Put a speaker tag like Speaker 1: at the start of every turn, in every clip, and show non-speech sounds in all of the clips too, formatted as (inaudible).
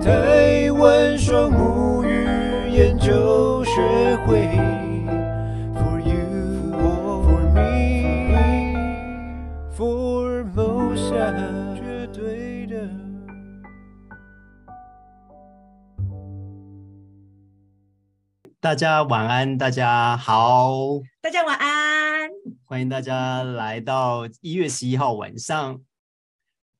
Speaker 1: 台湾双母语研究学会。For you or for me, for Mosa，绝对的。
Speaker 2: 大家晚安，大家好，
Speaker 3: 大家晚安。
Speaker 2: 欢迎大家来到一月十一号晚上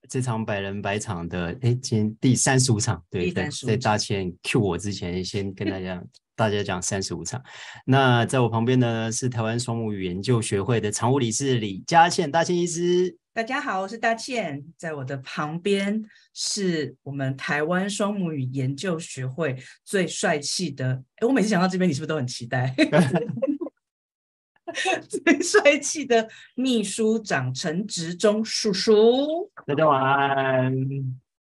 Speaker 2: 这场百人百场的，哎，今天第三十五场，对，
Speaker 3: 第
Speaker 2: 在
Speaker 3: 35
Speaker 2: 在大千 Q 我之前，先跟大家大家讲三十五场。那在我旁边呢是台湾双母语研究学会的常务理事李佳倩，大千医师。
Speaker 3: 大家好，我是大倩，在我的旁边是我们台湾双母语研究学会最帅气的。哎，我每次讲到这边，你是不是都很期待？ (laughs) 最帅气的秘书长陈植忠叔叔
Speaker 2: 大家晚安。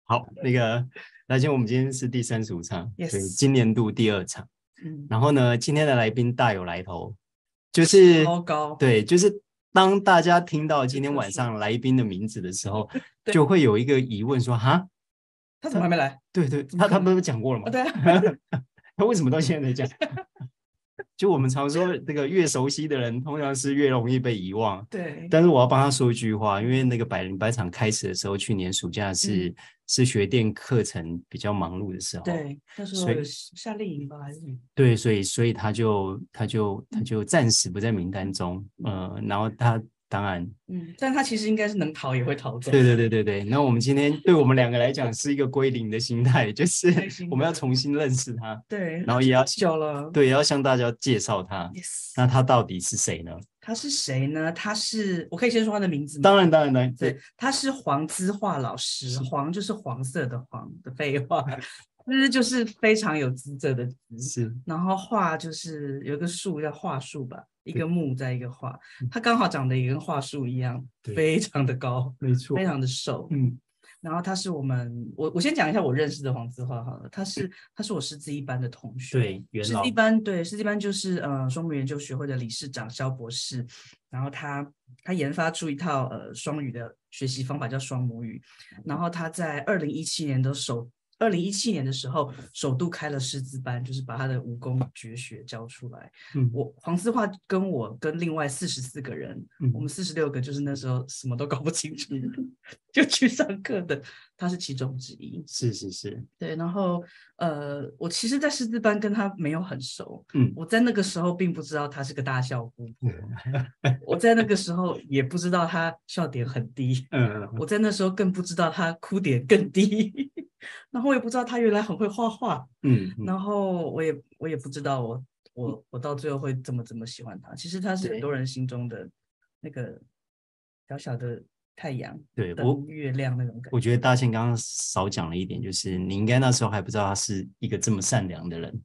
Speaker 2: 好，那个，那今天我们今天是第三十五场
Speaker 3: Yes
Speaker 2: 对，今年度第二场。
Speaker 3: 嗯，
Speaker 2: 然后呢，今天的来宾大有来头，
Speaker 3: 哦
Speaker 2: 就是
Speaker 3: 超高，
Speaker 2: 对，就是当大家听到今天
Speaker 3: 特
Speaker 2: 晚
Speaker 3: 殊
Speaker 2: 上来宾的名字的时候，
Speaker 3: 对
Speaker 2: 就会有一个疑问说：哈，
Speaker 3: 他怎么还没来？
Speaker 2: 对对，
Speaker 3: 么
Speaker 2: 他他
Speaker 3: 可
Speaker 2: 不是讲过了吗
Speaker 3: 哦，？对啊，
Speaker 2: 他为什么到现在才讲？ (laughs) 就我们常说，这个越熟悉的人，通常是越容易被遗忘。
Speaker 3: 对，
Speaker 2: 但是我要帮他说一句话，因为那个百灵百场开始的时候，去年暑假是、是学电课程比较忙碌的时候，
Speaker 3: 嗯对，那时候
Speaker 2: 所以
Speaker 3: 有夏令营吧，还是什么？
Speaker 2: 对，所以所以他就他就他就暂时不在名单中，呃，然后他当然
Speaker 3: 嗯，但他其实应该是能逃也会逃走。
Speaker 2: 对对对对对，那我们今天对我们两个来讲是一个归零的心态，就是
Speaker 3: 开心
Speaker 2: 我们要重新认识他，
Speaker 3: 对，
Speaker 2: 然后也要
Speaker 3: 久了。
Speaker 2: 对也要向大家介绍他。
Speaker 3: Yes
Speaker 2: 那他到底是谁呢？
Speaker 3: 他是谁呢？他是我可以先说他的名字吗？
Speaker 2: 当然，当然，当然，
Speaker 3: 对，他是黄资化老师，黄就是黄色的黄的废话，
Speaker 2: 嗯
Speaker 3: (laughs) 资就是非常有资质的资，
Speaker 2: 是
Speaker 3: 然后画就是有一个树叫桦树吧，一个木在一个画，他刚好长得也跟桦树一样，
Speaker 2: 嗯对
Speaker 3: 非常的高，
Speaker 2: 没错
Speaker 3: 非常的瘦，
Speaker 2: 嗯，
Speaker 3: 然后他是我们，我我先讲一下我认识的黄子华好了，他是他是我师资一班的同学，
Speaker 2: 对元
Speaker 3: 师
Speaker 2: 老
Speaker 3: 资一班对师资一班就是呃双语研究学会的理事长肖博士，然后他他研发出一套呃双语的学习方法叫双母语，然后他在二零一七年的首二零一七年的时候首度开了师资班，就是把他的武功绝学教出来。
Speaker 2: 嗯
Speaker 3: 我黄思化跟我跟另外四十四个人，
Speaker 2: 嗯
Speaker 3: 我们四十六个就是那时候什么都搞不
Speaker 2: (laughs)
Speaker 3: 清楚就去上课的，他是其中之一。
Speaker 2: 是是是，
Speaker 3: 对，然后呃，我其实，在师资班跟他没有很熟，
Speaker 2: 嗯
Speaker 3: 我在那个时候并不知道他是个大笑姑婆，
Speaker 2: 嗯
Speaker 3: 我在那个时候也不知道他笑点很低，
Speaker 2: 嗯，嗯
Speaker 3: 我在那时候更不知道他哭点更低，然后我也不知道他原来很会画画，
Speaker 2: 嗯嗯，
Speaker 3: 然后我也我也不知道我我我到最后会怎么怎么喜欢他。其实他是
Speaker 2: 对
Speaker 3: 很多人心中的那个小小的太阳、
Speaker 2: 对我
Speaker 3: 灯、月亮那种感
Speaker 2: 我
Speaker 3: 觉。
Speaker 2: 觉得大庆刚刚少讲了一点，就是你应该那时候还不知道他是一个这么善良的人。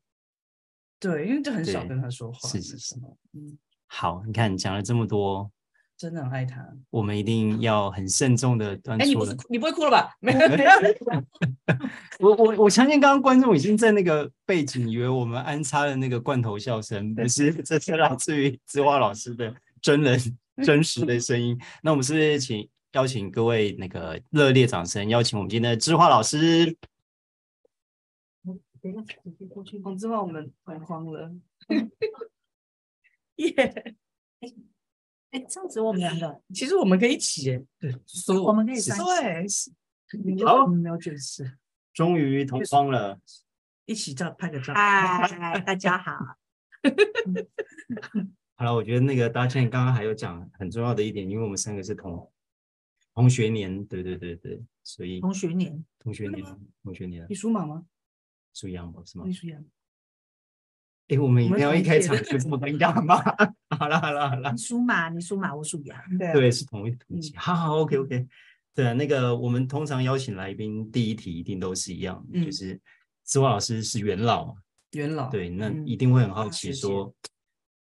Speaker 3: 对，因为就很少
Speaker 2: 对
Speaker 3: 跟他说话，
Speaker 2: 是
Speaker 3: 那
Speaker 2: 是
Speaker 3: 时
Speaker 2: 是
Speaker 3: 候嗯，
Speaker 2: 好，你看讲了这么多，
Speaker 3: 真的很爱他。
Speaker 2: 我们一定要很慎重的端
Speaker 3: 哎，你
Speaker 2: 出
Speaker 3: 不
Speaker 2: 了
Speaker 3: 是。哭你不会哭了吧？没有没有，
Speaker 2: 我我我相信刚刚观众已经在那个背景以为我们安插了那个罐头笑声，不是，这是来自于子华老师的真
Speaker 3: (laughs)
Speaker 2: 人
Speaker 3: 嗯
Speaker 2: 真实的声音。那我们是不是请邀请各位那个热烈掌声，邀请我们今天的知华老师。
Speaker 3: 等一下，你先过去。我知道我们恐慌了。耶！
Speaker 4: 哎，这样子我们两个，
Speaker 3: 其实我们可以一起耶，对，所以
Speaker 4: 我们可以在
Speaker 3: 对，你们
Speaker 2: 好
Speaker 3: 你们没有觉得是
Speaker 2: 终于同框了，
Speaker 3: 一起照拍个照。
Speaker 4: 嗨，大家好，
Speaker 2: 好了，我觉得那个大倩刚刚还有讲很重要的一点，因为我们三个是同同学年，对对对对，所以
Speaker 4: 同学年，
Speaker 2: 同学
Speaker 3: 哦的
Speaker 2: 年
Speaker 3: 吗
Speaker 2: 同学年
Speaker 3: 你属马吗？
Speaker 2: 属羊吗？是吗
Speaker 3: 你？属羊。
Speaker 2: 哎，我们一
Speaker 3: 我
Speaker 2: 定
Speaker 3: 们
Speaker 2: 要一
Speaker 3: 同
Speaker 2: 开
Speaker 3: 届
Speaker 2: 场
Speaker 3: 的
Speaker 2: 就这么尴尬吗？ (laughs) 好了好了好了
Speaker 4: 你。属马，你属马，我属羊，
Speaker 3: 对啊
Speaker 2: 对，是同一同
Speaker 3: 嗯
Speaker 2: 级。好好，OK OK。对啊，那个我们通常邀请来宾，第一题一定都是一样的，就
Speaker 3: 嗯
Speaker 2: 是志华老师是元老嘛，
Speaker 3: 元老。
Speaker 2: 对，那
Speaker 3: 嗯
Speaker 2: 一定会很好
Speaker 3: 大
Speaker 2: 奇
Speaker 3: 学姐
Speaker 2: 说，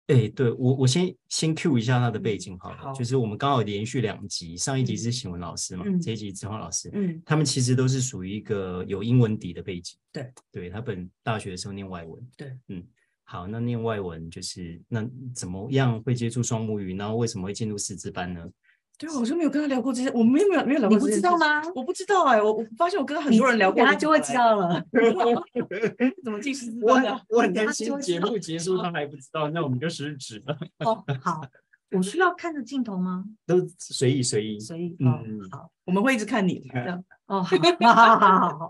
Speaker 2: 哎，对我我先先 Q 一下他的背景好了，
Speaker 3: 嗯好
Speaker 2: 就是我们刚好连续两集，上一集
Speaker 3: 嗯
Speaker 2: 是邢文老师嘛，
Speaker 3: 嗯
Speaker 2: 这一集志华老师，
Speaker 3: 嗯，
Speaker 2: 他们其实都是属于一个有英文底的背景。
Speaker 3: 对，
Speaker 2: 对他本大学的时候念外文。
Speaker 3: 对，
Speaker 2: 嗯，好，那念外文就是那怎么样会接触双母语，然后为什么会进入师资班呢？
Speaker 3: 对，我好像没有跟他聊过这些，我没有没有没有聊过这
Speaker 4: 你不
Speaker 3: 件
Speaker 4: 知
Speaker 3: 事
Speaker 4: 道
Speaker 3: 情？
Speaker 4: 吗？
Speaker 3: 我不知道哎、我我发现我跟 (laughs) 很多人聊过
Speaker 4: 他
Speaker 3: 这
Speaker 4: 就
Speaker 3: 个
Speaker 4: 会
Speaker 3: 哎
Speaker 4: 知道了。
Speaker 3: 怎么进行
Speaker 2: 我
Speaker 3: 真
Speaker 2: 很
Speaker 3: 的？
Speaker 2: 我很
Speaker 4: 他
Speaker 2: 担
Speaker 4: 就
Speaker 2: 心
Speaker 4: 会知
Speaker 2: 节
Speaker 4: 道
Speaker 2: 目结束他还不知道，那我们就失职了，
Speaker 4: (laughs)
Speaker 2: (laughs)
Speaker 4: 哦，好，我需要看着镜头吗？
Speaker 2: 都随意随意。
Speaker 4: 所以，哦，
Speaker 2: 嗯，
Speaker 4: 好，
Speaker 3: 我们会一直看你的。
Speaker 4: 哦，好， (laughs) 好，好，好，好，好，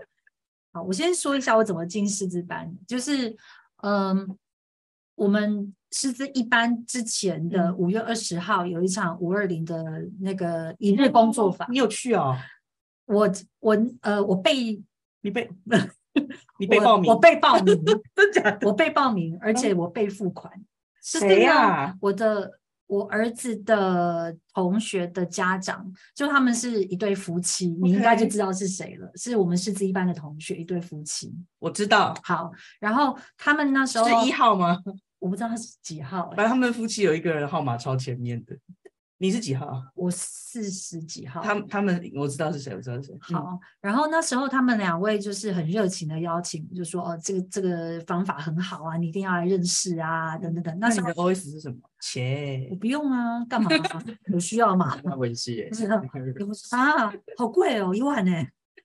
Speaker 4: 好，我先说一下我怎么进师资班，就是，嗯，我们师资一班之前的
Speaker 3: 嗯
Speaker 4: 五月二十号有一场五二零的那个一日工作坊，
Speaker 3: 你有去哦？
Speaker 4: 我我呃我被 (laughs)
Speaker 3: 你被你被
Speaker 4: 我
Speaker 3: 报名？
Speaker 4: 我被报名，
Speaker 3: 真假的？
Speaker 4: 我被报名，而且我被付款，就是
Speaker 3: 嗯谁啊
Speaker 4: 呢
Speaker 3: 呀
Speaker 4: 我的我儿子的同学的家长，就他们是一对夫妻，你应该就
Speaker 3: OK
Speaker 4: 知道是谁了，是我们师资一班的同学，一对夫妻。
Speaker 3: 我知道
Speaker 4: 好，然后他们那时候
Speaker 3: 是一，号吗？
Speaker 4: 我不知道他是几号、
Speaker 3: 反
Speaker 4: 欸，
Speaker 3: 正他们夫妻有一个人号码超前面的。你是几号？
Speaker 4: 我四十几号。
Speaker 3: 他们他们我知道是谁，我知道是谁。嗯，
Speaker 4: 好，然后那时候他们两位就是很热情的邀请，就说哦，这个这个方法很好啊，你一定要来认识啊，等等等。
Speaker 3: 那
Speaker 4: 那
Speaker 3: 你
Speaker 4: 时候
Speaker 3: 的 OS 是什么？切
Speaker 4: 我，不用啊，干嘛、有需要嘛？
Speaker 2: 那我也是耶
Speaker 4: 不。是有啊，好贵哦，一万呢、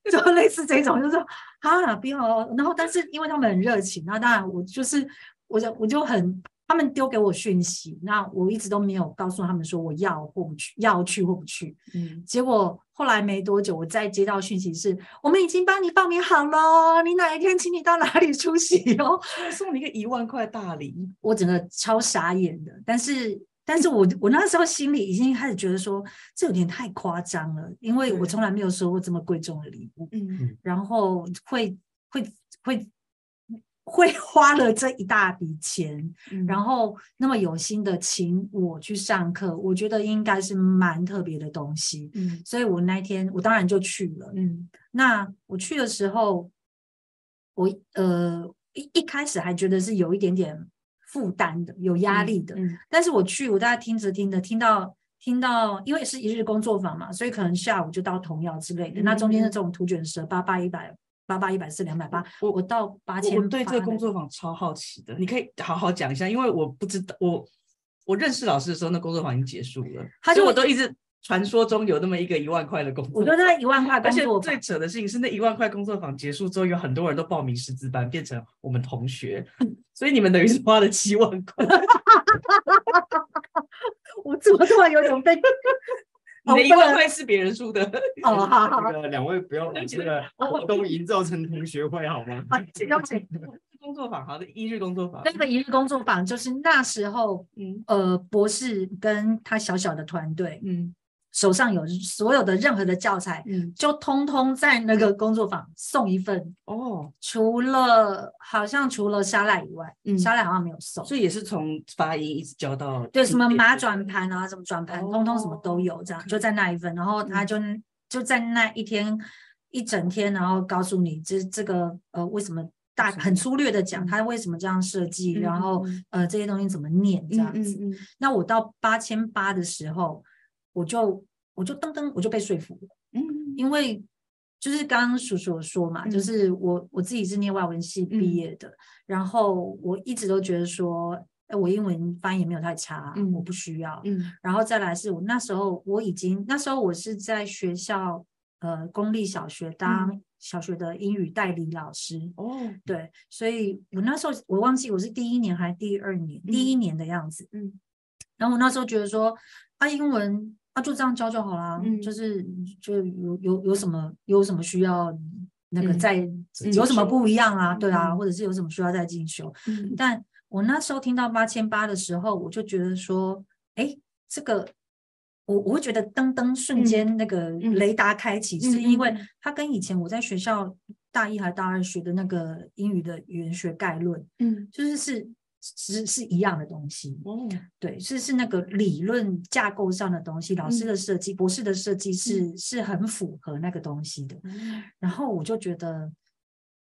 Speaker 4: 就类似这种，就是说啊，不要哦。然后，但是因为他们很热情，那当然我就是，我就我就很，他们丢给我讯息，那我一直都没有告诉他们说我要或不去，要去或不去。
Speaker 3: 嗯，
Speaker 4: 结果后来没多久，我再接到讯息是，我们已经帮你报名好喽，你哪一天请你到哪里出席哦。
Speaker 3: 送你一个一万块大礼，
Speaker 4: 我整个超傻眼的。但是，但是我我那时候心里已经开始觉得说，这有点太夸张了，因为我
Speaker 3: 对
Speaker 4: 从来没有收过这么贵重的礼物，
Speaker 3: 嗯，
Speaker 4: 然后会会会会花了这一大笔钱，然后那么有心的请我去上课，我觉得应该是蛮特别的东西。
Speaker 3: 嗯
Speaker 4: 所以我那一天我当然就去了，
Speaker 3: 嗯
Speaker 4: 那我去的时候，我呃一一开始还觉得是有一点点负担的，有压力的。
Speaker 3: 嗯
Speaker 4: 但是我去，我大概听着听着，听到听到，因为是一日工作坊嘛，所以可能下午就到童谣之类的。那中间的这种图卷蛇八八一百八八一百四两百八，
Speaker 3: 嗯我
Speaker 4: 我到八
Speaker 3: 我
Speaker 4: 千。
Speaker 3: 我对这个工作坊超好奇的，你可以好好讲一下，因为我不知道我我认识老师的时候，那工作坊已经结束了，
Speaker 4: 他
Speaker 3: 所以
Speaker 4: 就
Speaker 3: 我都一直传说中有那么一个一万块的工
Speaker 4: 我
Speaker 3: 作
Speaker 4: 觉
Speaker 3: 坊。
Speaker 4: 得那一万块
Speaker 3: 而
Speaker 4: 工
Speaker 3: 且
Speaker 4: 作
Speaker 3: 最
Speaker 4: 坊，
Speaker 3: 扯的事情是，那一万块工作坊结束之后，有很多人都报名师资班，变成我们同学，
Speaker 4: 嗯
Speaker 3: 所以你们等于是花了七万块。
Speaker 4: 我怎么突然有种被
Speaker 3: 你
Speaker 4: (laughs) 哦
Speaker 3: 的一
Speaker 4: 不
Speaker 3: 万
Speaker 4: 能
Speaker 3: 块是别人出的，
Speaker 4: 哦，好好
Speaker 2: 那个两位不要把这个活动营造成同学会好吗？
Speaker 3: (laughs)
Speaker 4: 好，邀请
Speaker 3: (laughs) 工作坊，好的一日工作坊
Speaker 4: 那。个一日工作坊，就是那时候
Speaker 3: 嗯
Speaker 4: 呃，博士跟他小小的团队
Speaker 3: 嗯
Speaker 4: 手上有所有的任何的教材，
Speaker 3: 嗯，
Speaker 4: 就通通在那个工作坊送一份，
Speaker 3: 哦，
Speaker 4: 除了好像除了沙赖以外，
Speaker 3: 嗯
Speaker 4: 沙赖好像没有送。
Speaker 3: 所以也是从发音一直教到
Speaker 4: 对，什么
Speaker 3: 听力
Speaker 4: 马转盘啊，什么转盘，通通什么都有，这样
Speaker 3: 哦嗯
Speaker 4: 就在那一份，然后他就就在那一天一整天，然后告诉你这这个呃为什么大
Speaker 3: 什么
Speaker 4: 很粗略的讲
Speaker 3: 嗯
Speaker 4: 他为什么这样设计，
Speaker 3: 嗯
Speaker 4: 然
Speaker 3: 嗯
Speaker 4: 后
Speaker 3: 嗯
Speaker 4: 呃这些东西怎么念这样子。
Speaker 3: 嗯嗯嗯
Speaker 4: 那我到八千八的时候，我就我就噔噔我就被说服了，
Speaker 3: 嗯
Speaker 4: 因为就是刚刚叔叔有说嘛，就
Speaker 3: 嗯
Speaker 4: 是我我自己是念外文系
Speaker 3: 嗯
Speaker 4: 毕业的，然后我一直都觉得说，哎，我英文翻译也没有太差，
Speaker 3: 嗯
Speaker 4: 我不需要。
Speaker 3: 嗯
Speaker 4: 然后再来是我那时候我已经那时候我是在学校呃公立小学
Speaker 3: 嗯
Speaker 4: 当小学的英语代理老师，
Speaker 3: 哦，
Speaker 4: 对，所以我那时候我忘记我是第一年还是第二年，第一年的样子。
Speaker 3: 嗯，
Speaker 4: 然后我那时候觉得说，啊，英文啊就这样教就好啦，
Speaker 3: 嗯
Speaker 4: 就是就有有有什么有什么需要那个
Speaker 3: 嗯
Speaker 4: 再、
Speaker 2: 进
Speaker 4: 有什么
Speaker 2: 修
Speaker 4: 不一样啊，对啊，
Speaker 3: 嗯
Speaker 4: 或者是有什么需要再进修。
Speaker 3: 嗯
Speaker 4: 但我那时候听到八千八的时候，我就觉得说，哎，这个我我会觉得噔噔瞬
Speaker 3: 嗯
Speaker 4: 间那个
Speaker 3: 嗯
Speaker 4: 雷达开启，是因为
Speaker 3: 嗯
Speaker 4: 它跟以前我在学校大一还大二学的那个英语的语言学概论，
Speaker 3: 嗯，
Speaker 4: 就是是是是一样的东西。
Speaker 3: 哦，
Speaker 4: 对，是是那个理论架构上的东西，老
Speaker 3: 嗯
Speaker 4: 师的设计、博士的设计是、是很符合那个东西的。
Speaker 3: 嗯
Speaker 4: 然后我就觉得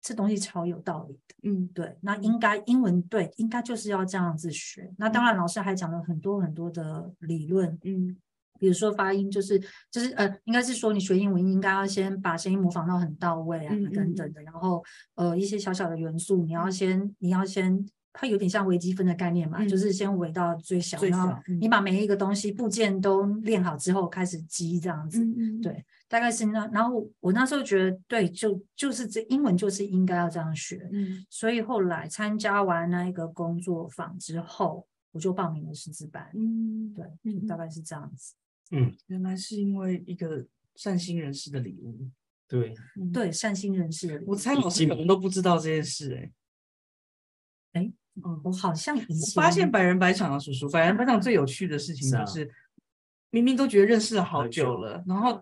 Speaker 4: 这东西超有道理的。
Speaker 3: 嗯
Speaker 4: 对，那应该英文对，应该就是要这样子学。那当然，老师还讲了很多很多的理论，
Speaker 3: 嗯
Speaker 4: 比如说发音，就是就是呃，应该是说你学英文应该要先把声音模仿到很到位啊，
Speaker 3: 嗯嗯嗯
Speaker 4: 等等的。然后呃，一些小小的元素，你要先你要先它有点像微积分的概念嘛，
Speaker 5: 嗯
Speaker 4: 就是先围到最小，
Speaker 3: 最
Speaker 4: 然后
Speaker 3: 小嗯
Speaker 4: 你把每一个东西部件都练好之后开始积这样子。
Speaker 5: 嗯，
Speaker 4: 对大概是那，然后我我那时候觉得，对，就就是这英文就是应该要这样学，
Speaker 5: 嗯
Speaker 4: 所以后来参加完那一个工作坊之后，我就报名了师资班，
Speaker 5: 嗯，
Speaker 4: 对，
Speaker 5: 嗯
Speaker 4: 大概是这样子。
Speaker 3: 原来是因为一个善心人士的礼物。
Speaker 2: 对，
Speaker 5: 嗯，
Speaker 4: 对，善心人士，
Speaker 3: 我猜老师
Speaker 2: 进
Speaker 3: 可能都不知道这件事、欸，哎、
Speaker 4: 哎
Speaker 3: 嗯，
Speaker 4: 我好像以
Speaker 3: 我
Speaker 4: 前
Speaker 3: 发现百人百场啊，叔叔，百人百场最有趣的事情
Speaker 2: 是
Speaker 3: 就
Speaker 2: 啊
Speaker 3: 是，明明都觉得认识了好
Speaker 2: 很
Speaker 3: 久
Speaker 2: 久
Speaker 3: 了，然后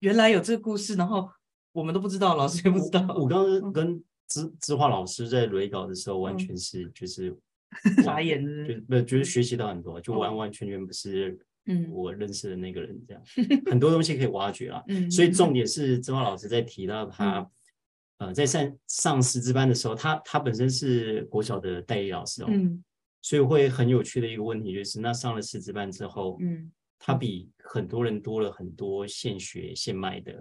Speaker 3: 原来有这个故事，然后我们都不知道，老师也不知道。
Speaker 2: 我我刚刚跟知知画老师在雷稿的时候，完
Speaker 3: 嗯
Speaker 2: 全是就是
Speaker 3: (laughs) 傻眼是不
Speaker 2: 就是不就是学习到很多，就
Speaker 3: 嗯
Speaker 2: 完完全全不是
Speaker 5: 哦嗯
Speaker 2: 我认识的那个人这
Speaker 5: (laughs)
Speaker 2: 样，很多东西可以挖掘啊。
Speaker 5: 嗯，
Speaker 2: 所以重点是曾华老师在提到他，
Speaker 5: 嗯
Speaker 2: 呃，在上上师资班的时候，他他本身是国小的代理老师哦，
Speaker 5: 嗯
Speaker 2: 所以会很有趣的一个问题就是，那上了师资班之后，
Speaker 5: 嗯，
Speaker 2: 他比很多人多了很多现学现卖的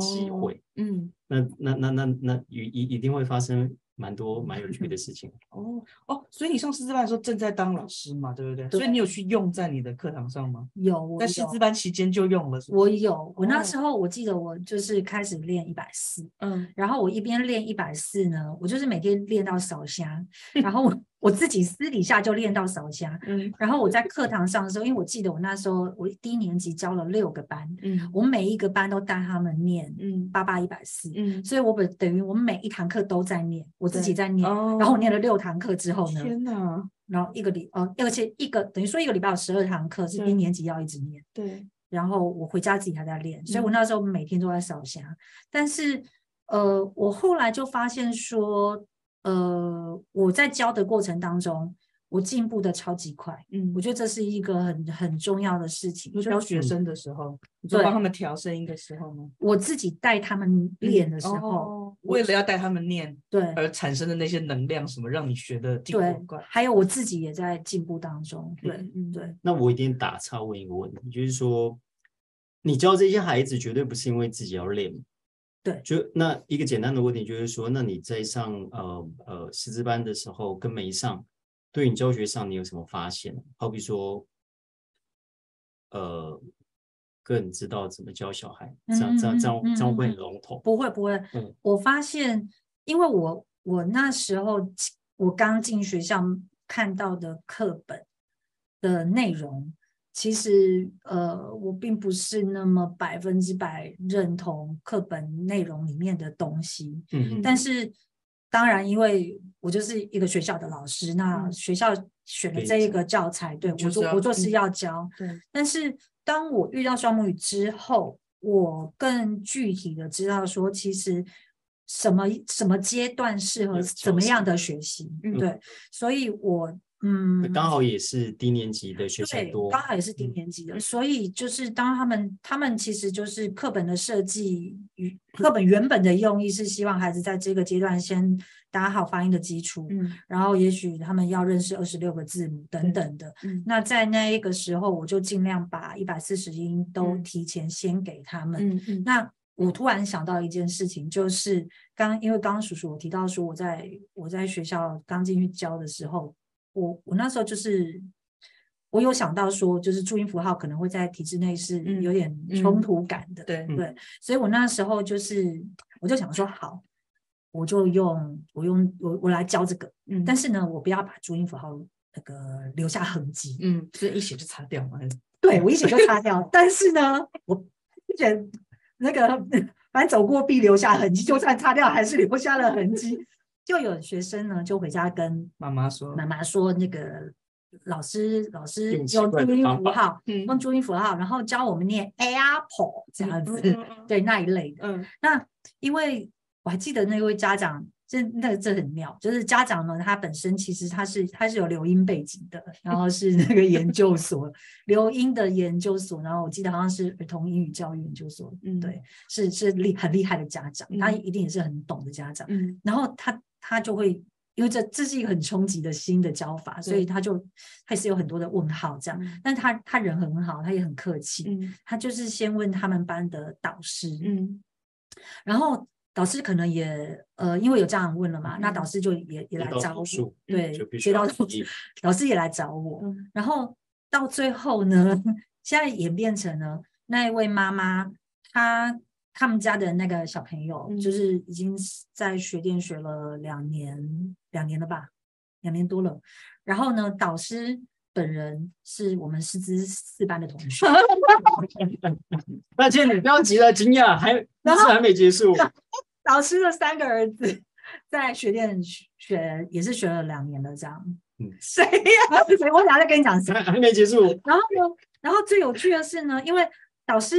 Speaker 2: 机
Speaker 3: 哦
Speaker 2: 会，
Speaker 5: 嗯
Speaker 2: 那那那那那一一一定会发生蛮多蛮有趣的事情。
Speaker 3: 哦哦，所以你上师资班的时候正在当老师嘛，对不对？
Speaker 4: 对
Speaker 3: 所以你有去用在你的课堂上吗？
Speaker 4: 有，我
Speaker 3: 在师资
Speaker 4: 有
Speaker 3: 班期间就用了是不是，
Speaker 4: 我有，我那
Speaker 3: 哦
Speaker 4: 时候我记得我就是开始练一百四，
Speaker 5: 嗯
Speaker 4: 然后我一边练一百四呢，我就是每天练到扫虾，然后
Speaker 3: (laughs)
Speaker 4: 我我自己私底下就练到扫虾，
Speaker 5: 嗯
Speaker 4: 然后我在课堂上的时候，因为我记得我那时候我第一年级教了六个班，
Speaker 5: 嗯
Speaker 4: 我每一个班都带他们念
Speaker 5: 嗯
Speaker 4: 八八一百四，
Speaker 5: 嗯，
Speaker 4: 所以我本等于我每一堂课都在念，我自己
Speaker 5: 对
Speaker 4: 在念，
Speaker 5: 哦
Speaker 4: 然后我念了六堂课之后呢，
Speaker 5: 天哪，
Speaker 4: 然后一个礼呃，而且一个等于说一个礼拜有十二堂课是
Speaker 5: 对
Speaker 4: 一年级要一直念。
Speaker 5: 对，
Speaker 4: 然后我回家自己还在练，所以我
Speaker 5: 嗯
Speaker 4: 那时候每天都在扫虾。但是，呃，我后来就发现说，呃，我在教的过程当中，我进步的超级快。
Speaker 5: 嗯
Speaker 4: 我觉得这是一个很很重要的事情，
Speaker 3: 就
Speaker 4: 就
Speaker 3: 教
Speaker 4: 是
Speaker 3: 学
Speaker 2: 嗯
Speaker 3: 生的时候，你就
Speaker 4: 对
Speaker 3: 帮他们调声音的时候吗？嗯
Speaker 4: 我自己带他们嗯练的时
Speaker 5: 哦
Speaker 4: 候，
Speaker 3: 为了要带他们念
Speaker 4: 对
Speaker 3: 而产生的那些能量，什么让你学的进步
Speaker 4: 对
Speaker 3: 很快？，
Speaker 4: 还有我自己也在进步当中，对
Speaker 5: 嗯嗯
Speaker 4: 对，
Speaker 2: 那我一定打岔问一个问题，就是说，你教这些孩子绝对不是因为自己要练，
Speaker 4: 对
Speaker 2: 就那一个简单的问题就是说，那你在上呃呃师资班的时候跟没上，对你教学上你有什么发现？好比说，呃，更知道怎么教小孩，这样这样这样
Speaker 4: 嗯嗯嗯
Speaker 2: 这样会
Speaker 4: 嗯
Speaker 2: 很笼统。
Speaker 4: 不会不会
Speaker 2: 嗯，
Speaker 4: 我发现，因为我我那时候进我刚进学校看到的课本的内容，其实呃，我并不是那么百分之百认同课本内容里面的东西，
Speaker 2: 嗯嗯，
Speaker 4: 但是。当然，因为我就是一个学校的老师，那
Speaker 5: 嗯
Speaker 4: 学校选了
Speaker 2: 可以
Speaker 4: 这一
Speaker 2: 讲
Speaker 4: 个教材，对我
Speaker 3: 就是
Speaker 4: 就
Speaker 3: 要
Speaker 4: 我就
Speaker 3: 嗯
Speaker 4: 是要教，
Speaker 5: 对，
Speaker 4: 但是当我遇到双母语之后，我更具体的知道说，其实什么什么阶段适合
Speaker 2: 有
Speaker 4: 怎么样的学习，
Speaker 5: 嗯
Speaker 4: 对，所以我嗯，
Speaker 2: 刚好也是低年级的学生
Speaker 4: 对
Speaker 2: 多，，
Speaker 4: 刚好也是低
Speaker 2: 嗯
Speaker 4: 年级的，
Speaker 5: 嗯
Speaker 4: 所以就是当他们他们其实就是课本的设计与课本原本的用意是希望孩子在这个阶段先打好发音的基础，
Speaker 5: 嗯
Speaker 4: 然后也许他们要认识二十六个字母
Speaker 5: 对
Speaker 4: 等等的。
Speaker 5: 嗯
Speaker 4: 那在那一个时候，我就尽量把一百四十音都
Speaker 5: 嗯
Speaker 4: 提前先给他们。
Speaker 5: 嗯嗯，
Speaker 4: 那我突然想到一件事情，就是刚因为刚刚叔叔我提到说，我在我在学校刚进去教的时候，我我那时候就是我有想到说，就是注音符号可能会在体制内是
Speaker 5: 嗯
Speaker 4: 有点冲突感的，
Speaker 5: 对，
Speaker 2: 嗯
Speaker 4: 对，所以我那时候就是我就想说，好，我就用我用我我来教这个，
Speaker 5: 嗯，
Speaker 4: 但
Speaker 5: 是
Speaker 4: 是呢，我不要把注音符号那个留下痕迹，
Speaker 5: 嗯
Speaker 3: 所以一写就擦掉嘛，还是
Speaker 4: 对我一写就擦掉。但是呢，我选那个反正走过必留下痕迹，就算擦掉还是留下了痕迹。就有学生呢，就回家跟
Speaker 3: 妈妈说
Speaker 4: 妈妈说，那个老师老师
Speaker 2: 用
Speaker 4: 用
Speaker 2: 奇
Speaker 4: 注
Speaker 2: 怪的
Speaker 4: 音
Speaker 2: 方
Speaker 4: 符
Speaker 2: 法
Speaker 4: 号，
Speaker 5: 嗯
Speaker 4: 用注音符号，然后教我们念 apple 这样子，对那一类的。
Speaker 5: 嗯
Speaker 4: 那因为我还记得那位家长，这那这很妙，就是家长呢，他本身其实他是他是有留英背景的，然后是那个研究所 (laughs) 留英的研究所，然后我记得好像是儿童英语教育研究所，
Speaker 5: 嗯
Speaker 4: 对，是是厉很厉害的家长，他
Speaker 5: 嗯
Speaker 4: 一定也是很懂的家长，
Speaker 5: 嗯
Speaker 4: 然后他他就会。因为这这是一个很冲击的新的教法，所以
Speaker 5: 对
Speaker 4: 他就他也是有很多的问号这样，
Speaker 5: 嗯
Speaker 4: 但他他人很好，他也很客气，
Speaker 5: 嗯
Speaker 2: 嗯
Speaker 4: 他就是先问他们班的导师，
Speaker 5: 嗯
Speaker 4: 然后导师可能也呃，因为有家长问了嘛，
Speaker 2: 嗯
Speaker 4: 那导师就也也来找我，
Speaker 2: 数，
Speaker 4: 对
Speaker 2: 嗯就必，须
Speaker 4: 接到
Speaker 2: 要
Speaker 4: 投
Speaker 2: 同
Speaker 4: 诉
Speaker 2: 意。
Speaker 4: 老师也来找我，
Speaker 3: 嗯
Speaker 4: 然后到最后呢，现在演变成了那一位妈妈，她他们家的那个小朋友，
Speaker 3: 嗯
Speaker 4: 就是已经是在学店学了两年，两年了吧，两年多了。然后呢，导师本人是我们师资四班的同学，
Speaker 2: 那倩，你不要急着惊讶，还那事还没结
Speaker 4: (laughs)
Speaker 2: 束。
Speaker 4: 导师的三个儿子在学店学学也是学了两年的这样。
Speaker 2: 嗯
Speaker 4: (laughs) 谁呀、谁？我等下再跟你讲谁。
Speaker 2: 还还没结束，
Speaker 4: 然后呢，然后最有趣的是呢，因为导师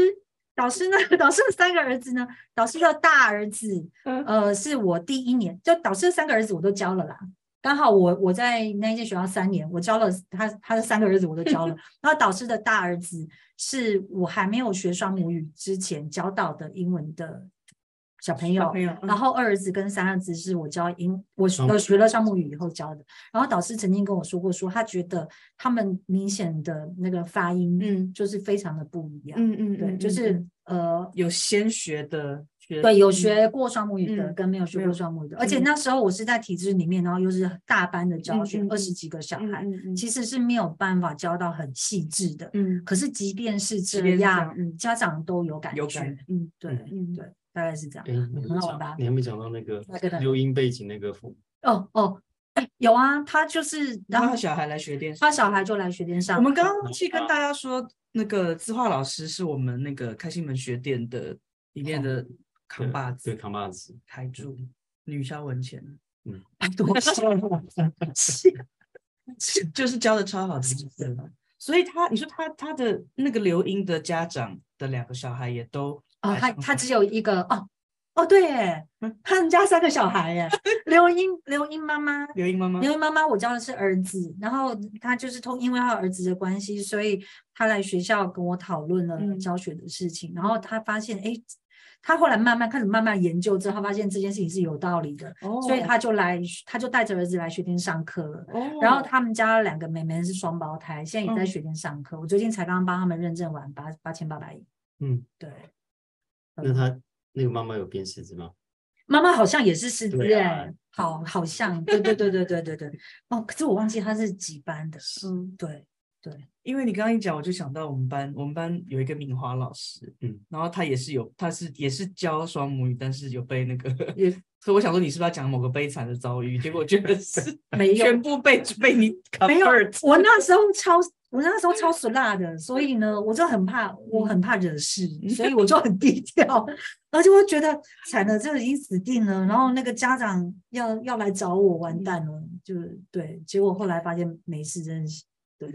Speaker 4: 导师呢， (laughs) 导师的三个儿子呢，导师的大儿子，
Speaker 3: 嗯
Speaker 4: 呃，是我第一年，就导师的三个儿子我都教了啦。刚好我我在那一间学校三年，我教了他他的三个儿子我都教了。然后导师的大儿子是我还没有学双母语之前教到的英文的小朋友
Speaker 3: 小，朋友，
Speaker 4: 然
Speaker 3: 后
Speaker 4: 后二儿子跟三儿子是我教英，我
Speaker 2: 双
Speaker 3: 哦
Speaker 4: 呃学了项目语以后教的。然后导师曾经跟我说过说他觉得他们明显的那个发音，
Speaker 3: 嗯
Speaker 4: 就是非常的不一样。
Speaker 3: 嗯嗯，
Speaker 4: 对，
Speaker 3: 嗯
Speaker 4: 就
Speaker 3: 嗯
Speaker 4: 是
Speaker 3: 嗯
Speaker 4: 呃，
Speaker 3: 有先学的学，
Speaker 4: 对，有
Speaker 3: 嗯
Speaker 4: 学过双母语的
Speaker 3: 嗯
Speaker 4: 跟没有学
Speaker 3: 没
Speaker 4: 过
Speaker 3: 有
Speaker 4: 双母语的，而且
Speaker 3: 嗯
Speaker 4: 那时候我是在体制里面，然后又是大班的教
Speaker 3: 嗯
Speaker 4: 学
Speaker 3: 嗯，
Speaker 4: 二十
Speaker 3: 嗯
Speaker 4: 几个小
Speaker 3: 嗯
Speaker 4: 孩，
Speaker 3: 嗯嗯
Speaker 4: 其实是没有办法教到很细致的。
Speaker 3: 嗯，
Speaker 4: 可是即便是
Speaker 3: 即
Speaker 4: 这
Speaker 3: 便是这
Speaker 4: 样
Speaker 3: 样，嗯
Speaker 4: 家长都有感
Speaker 3: 有
Speaker 4: 觉。
Speaker 3: 感，嗯
Speaker 4: 对
Speaker 3: 嗯
Speaker 4: 对，大概是这样
Speaker 2: 哎，。你
Speaker 4: 很
Speaker 2: 还没
Speaker 4: 好玩吧
Speaker 2: 讲你还没讲到那个
Speaker 4: 那个呢
Speaker 2: 溜音背景那个父
Speaker 4: 哦哦，哎有啊，他就是
Speaker 3: 然
Speaker 4: 然后
Speaker 3: 后小孩来学电视，
Speaker 4: 他小孩就来学店啊上课。
Speaker 3: 我们刚刚忘记
Speaker 2: 嗯
Speaker 3: 跟大家说，那个字画老师是我们那个开心门学店的里面的扛把
Speaker 2: 哦对
Speaker 3: 子
Speaker 2: 对、扛把子，
Speaker 3: 台柱女肖文
Speaker 2: (laughs)
Speaker 3: 前，
Speaker 2: 嗯，
Speaker 3: 多 (laughs)
Speaker 4: 哦
Speaker 3: 气，就是教的超好的，真的。所以他，你说他他的那个留英的家长的两个小孩也都
Speaker 4: 哦，
Speaker 3: 来
Speaker 4: 他
Speaker 3: 上
Speaker 4: 他
Speaker 3: 课
Speaker 4: 只有一个哦哦对耶，
Speaker 3: 嗯
Speaker 4: 他们家三个小孩
Speaker 3: (laughs)
Speaker 4: 耶，刘英刘英妈妈。
Speaker 3: 留英妈妈哦
Speaker 4: 刘英妈妈，我教的是儿子，然后他就是通，因为他儿子的关系，所以他来学校跟我讨论了
Speaker 3: 嗯
Speaker 4: 教学的事情，然后他发现，哎，他后来慢慢开始慢慢研究之后，他发现这件事情是有道理的，
Speaker 3: 哦
Speaker 4: 所以他就来，他就带着儿子来学店上课了。
Speaker 3: 哦，
Speaker 4: 然后他们家两个妹妹是双胞胎，现在也在
Speaker 3: 嗯
Speaker 4: 学店上课。我最近才刚帮他们认证完八八千八百一。
Speaker 2: 嗯，
Speaker 4: 对，嗯
Speaker 2: 那他那个妈妈有变狮子吗？
Speaker 4: 妈妈好像也是师资
Speaker 2: 对
Speaker 4: 哎、
Speaker 2: 啊
Speaker 4: 好好像，对对对对对对对。哦，可是我忘记他是几班的。
Speaker 3: 嗯，
Speaker 4: 对，
Speaker 3: 因为你刚刚一讲，我就想到我们班，我们班有一个敏华老师，
Speaker 2: 嗯，
Speaker 3: 然后他也是有，他是也是教双母语，但是有
Speaker 2: (laughs)
Speaker 3: 被那个，
Speaker 4: 也
Speaker 3: 所以我想说你是不是要讲某个悲惨的遭遇？结果觉得是
Speaker 4: 没有
Speaker 3: 全部被被
Speaker 2: (laughs)
Speaker 3: 你
Speaker 4: 没有
Speaker 3: covered，
Speaker 4: 我那时候超，我那时候超俗辣的，所以呢，我就很怕，我很怕惹事，
Speaker 3: 嗯
Speaker 4: 所以我就很低调， (laughs) 而且我觉得惨了，这已经死定了，然后那个家长要要来找我，完蛋了，就是对，结果后来发现没事，真的是
Speaker 3: (laughs)
Speaker 4: 对，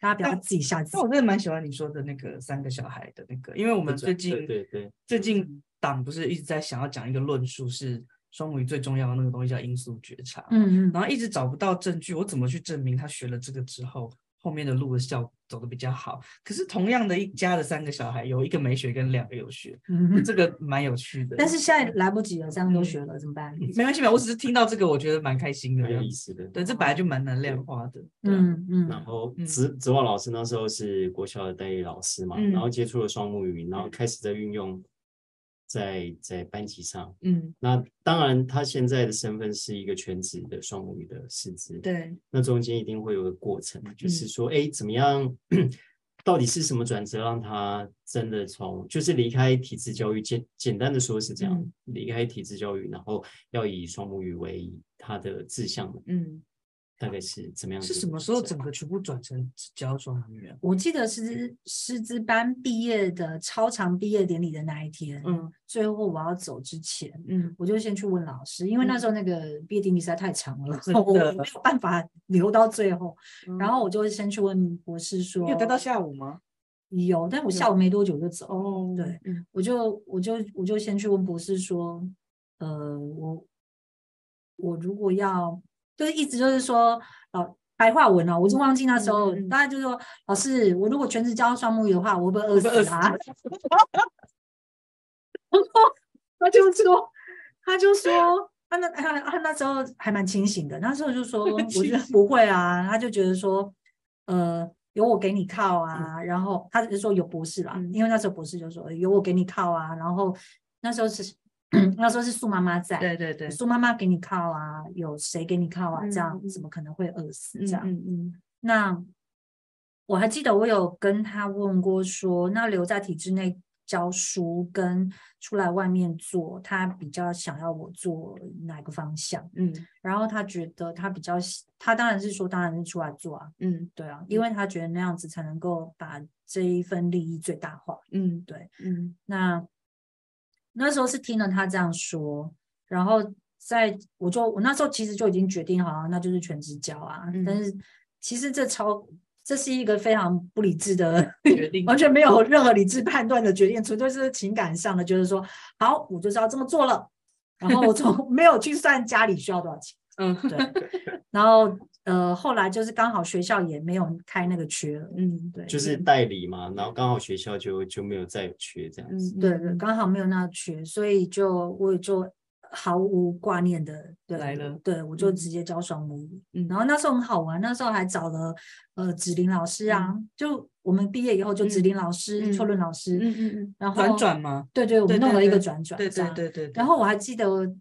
Speaker 4: 大家不要自己吓自
Speaker 3: 那
Speaker 4: 己
Speaker 3: 我，真的蛮喜欢你说的那个三个小孩的那个，因为我
Speaker 2: 我
Speaker 3: 们最近
Speaker 2: 对对对，
Speaker 3: 最近党不是一直在想要讲一个论述，是双母语最重要的那个东西叫因素觉察，
Speaker 4: 嗯嗯，
Speaker 3: 然后一直找不到证据，我怎么去证明他学了这个之后，后面的路的效走的比较好？可是同样的一家的三个小孩，有一个没学跟两个有学，
Speaker 4: 嗯，
Speaker 3: 这个蛮有趣的。
Speaker 4: (laughs) 但是现在来不及了，这样都
Speaker 3: 嗯
Speaker 4: 学了怎么办？
Speaker 3: 没关系，没有我只是听到这个，我觉得蛮开心的
Speaker 2: 蛮有
Speaker 3: 样
Speaker 2: 意
Speaker 3: 子。
Speaker 2: 思的。
Speaker 3: 对，这本来就蛮难量化的。对啊，
Speaker 4: 嗯
Speaker 2: 然
Speaker 4: 嗯
Speaker 2: 后
Speaker 3: 嗯
Speaker 2: 指指望老师那时候是国小的代理老师嘛，
Speaker 3: 嗯
Speaker 2: 然后接触了双母语，然后
Speaker 4: 嗯
Speaker 2: 开始在运用在在班级上。
Speaker 3: 嗯，
Speaker 2: 那当然，他现在的身份是一个全职的双母语的师资，
Speaker 3: 对，嗯
Speaker 2: 那中间一定会有个过程，就是说，哎，怎么样？到底是什么转折让他真的从就是离开体制教育？简简单的说是这样，
Speaker 3: 嗯
Speaker 2: 离开体制教育，然后要以双母语为他的志向嘛，
Speaker 3: 嗯，
Speaker 2: 大概是怎
Speaker 4: 嗯
Speaker 2: 么样的
Speaker 3: 是
Speaker 2: 过程？
Speaker 3: 什么时候整个全部转成只教双语啊？
Speaker 4: 我记得是师资班毕业的超长毕业典礼的那一天，
Speaker 3: 嗯
Speaker 4: 最后我要走之前，
Speaker 3: 嗯，
Speaker 4: 我就先去问老师，因为那时候那个毕业典礼实在太长了，
Speaker 3: (laughs) 真
Speaker 4: 我没
Speaker 3: 的
Speaker 4: 有办法留到最后。然
Speaker 3: 后
Speaker 4: 后我就先去问博士
Speaker 3: 嗯
Speaker 4: 说，
Speaker 3: 你有待到下午吗？
Speaker 4: 有，但我下午没多久就走。
Speaker 3: 哦
Speaker 4: 对，
Speaker 3: 嗯
Speaker 4: 我就我就我就先去问博士说，呃，我我如果要，就是一直就是说老白话文哦，我就忘记那时候，
Speaker 3: 嗯嗯嗯
Speaker 4: 大概就是说，老师，我如果全职教双母语的话，我会不会饿
Speaker 3: 会不会
Speaker 4: 死
Speaker 3: 饿
Speaker 4: 啊？ (laughs) 然后他就说，他就说，他那他他那时候还蛮清醒的，那时候就
Speaker 3: (laughs)
Speaker 4: 说，我觉得不会啊，他就觉得说，呃，有我给你靠啊，然后他就说有博士啦，
Speaker 3: 嗯
Speaker 4: 因为那时候博士就说有我给你靠啊，然后那时候是 (clears throat) 那时候是苏妈妈在，
Speaker 3: 对对对，
Speaker 4: 苏妈妈给你靠啊，有谁给你靠啊？这样
Speaker 3: 嗯嗯
Speaker 4: 怎么可能会饿死？
Speaker 3: 嗯
Speaker 4: 这样，
Speaker 3: 嗯嗯
Speaker 4: 那我还记得我有跟他问过说，那留在体制内教书跟出来外面做，他比较想要我做哪个方向？
Speaker 3: 嗯
Speaker 4: 然后他觉得他比较喜，他当然是说，当然是出来做啊，
Speaker 3: 嗯
Speaker 4: 对啊，因为他觉得那样子才能够把这一份利益最大化。
Speaker 3: 嗯，
Speaker 4: 对，
Speaker 3: 嗯
Speaker 4: 那那时候是听了他这样说，然后在我就我那时候其实就已经决定好啊，那就是全职教啊。
Speaker 3: 嗯
Speaker 4: 但是其实这超这是一个非常不理智的，
Speaker 3: (laughs)
Speaker 4: (laughs)
Speaker 3: 决定
Speaker 4: 完全没有任何理智判断的决定，纯粹是情感上的，就是说好，我就是要这么做了。然后我
Speaker 2: (laughs)
Speaker 4: 从没有去算家里需要多少钱， (laughs)
Speaker 3: 嗯
Speaker 4: 对。然后呃，后来就是刚好学校也没有开那个缺额，
Speaker 3: 嗯
Speaker 4: 对，
Speaker 2: 就是代理嘛，然后刚好学校就就没有再有缺这样子。
Speaker 3: 嗯，
Speaker 4: 对对，刚好没有那群，所以就我也就毫无挂念的对
Speaker 3: 来了
Speaker 4: 对我就
Speaker 3: 嗯
Speaker 4: 直接教双母语。
Speaker 3: 嗯
Speaker 4: 然后那时候很好玩，那时候还找了呃子林老师啊，就我们毕业以后就子
Speaker 3: 嗯
Speaker 4: 林老师、
Speaker 3: 嗯
Speaker 4: 邱伦老师，
Speaker 3: 嗯嗯嗯，
Speaker 4: 然后
Speaker 3: 转转嘛，
Speaker 4: 对对，我
Speaker 3: 对
Speaker 4: 们弄
Speaker 3: 对
Speaker 4: 了一个
Speaker 3: 对
Speaker 4: 转转，
Speaker 3: 对对
Speaker 4: 对。
Speaker 3: 对对，对
Speaker 4: 然后我还记得，哦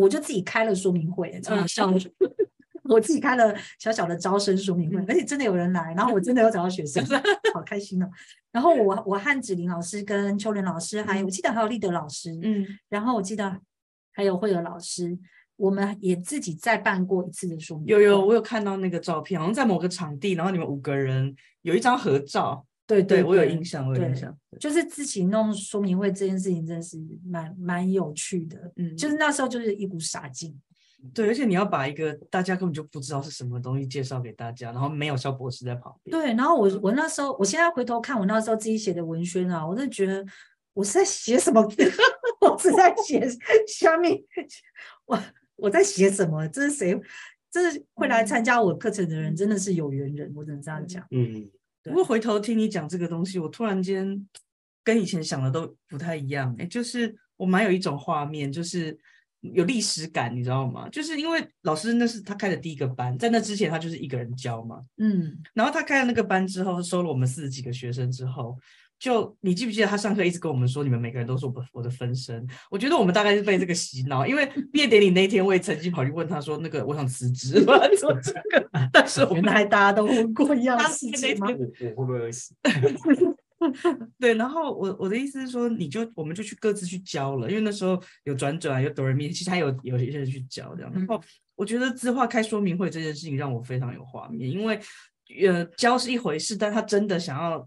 Speaker 4: 我就自己开了说明会，超
Speaker 3: 嗯
Speaker 4: 好笑的。 (laughs) 我自己开了小小的招生说明会
Speaker 3: 嗯，
Speaker 4: 而且真的有人来，然后我真的有找到
Speaker 3: (laughs)
Speaker 4: 学生，好开心哦。然后我我和子林老师、跟秋莲老师，还有我记得还有立德老师，
Speaker 3: 嗯
Speaker 4: 然后我记得还有慧儿老师，我们也自己再办过一次的说明会。
Speaker 3: 有有，我有看到那个照片，好像在某个场地，然后你们五个人有一张合照，
Speaker 4: 对
Speaker 3: 对我有
Speaker 4: 对
Speaker 3: 印象，我有印
Speaker 4: 对
Speaker 3: 象，对
Speaker 4: 就是自己弄说明会这件事情，真的是蛮蛮有趣的。
Speaker 3: 嗯，
Speaker 4: 就是那时候就是一股傻劲，
Speaker 3: 对，而且你要把一个大家根本就不知道是什么东西介绍给大家，然后没有肖博士在旁边，
Speaker 4: 对，然后我
Speaker 3: 嗯
Speaker 4: 我那时候，我现在回头看我那时候自己写的文宣啊，我真的觉得我是在写什么？ (laughs) 我是在写下面，我我在写什么？这是谁？这是会来参加我课程的人，真的是有缘人，我只能这样讲。
Speaker 2: 嗯，
Speaker 4: 对
Speaker 3: 不过回头听你讲这个东西，我突然间跟以前想的都不太一样。哎，就是我蛮有一种画面，就是有历史感，你知道吗？就是因为老师那是他开的第一个班，在那之前他就是一个人教嘛。
Speaker 4: 嗯，
Speaker 3: 然后他开了那个班之后，收了我们四十几个学生之后，就你记不记得他上课一直跟我们说，你们每个人都是我的我的分身？我觉得我们大概是被这个洗脑，因为毕业典礼那一天，我也曾经跑去问他说，那个我想辞职， (laughs) 我要做这个， (laughs) 但是我
Speaker 4: 原
Speaker 3: 们
Speaker 4: 来大家都问过一样的
Speaker 3: 当
Speaker 4: 事
Speaker 3: 天
Speaker 4: 情
Speaker 3: 那
Speaker 4: 吗
Speaker 2: 我？我会不会饿死？
Speaker 3: 对，然后我我的意思是说，你就我们就去各自去教了，因为那时候有转啊转，有哆来咪，其实还有有一些人去教这样。然
Speaker 4: 嗯
Speaker 3: 后我觉得字画开说明会这件事情让我非常有画面，因为呃教是一回事，但他真的想要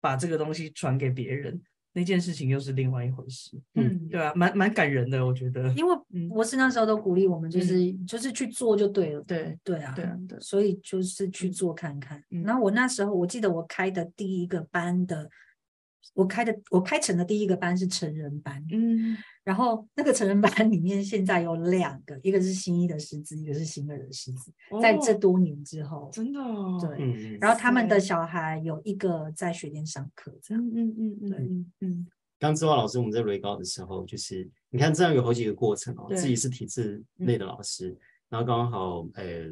Speaker 3: 把这个东西传给别人，那件事情又是另外一回事。
Speaker 4: 嗯，
Speaker 3: 对啊，蛮蛮感人的，我觉得。
Speaker 4: 因为
Speaker 3: 嗯
Speaker 4: 博士那时候都鼓励我们，就是就是去做就对了。
Speaker 3: 对
Speaker 4: 对啊，
Speaker 3: 对啊，对，
Speaker 4: 所以就是去
Speaker 3: 嗯
Speaker 4: 做看看。
Speaker 3: 嗯
Speaker 4: 然后我那时候我记得我开的第一个班的，我开的我开成的第一个班是成人班，
Speaker 3: 嗯
Speaker 4: 然后那个成人班里面现在有两个，一个是新一的师资，一个是新二的师资，在这
Speaker 3: 哦
Speaker 4: 多年之后，
Speaker 3: 真的哦，
Speaker 4: 对
Speaker 2: 嗯，
Speaker 4: 然后他们的
Speaker 3: 塞
Speaker 4: 小孩有一个在学店上课，这样
Speaker 3: 嗯嗯嗯嗯
Speaker 4: 对
Speaker 3: 嗯嗯，
Speaker 2: 刚志华老师我们在雷高的时候，就是你看这样有好几个过程哦，
Speaker 3: 对嗯
Speaker 2: 自己是体制内的老师，然后刚好呃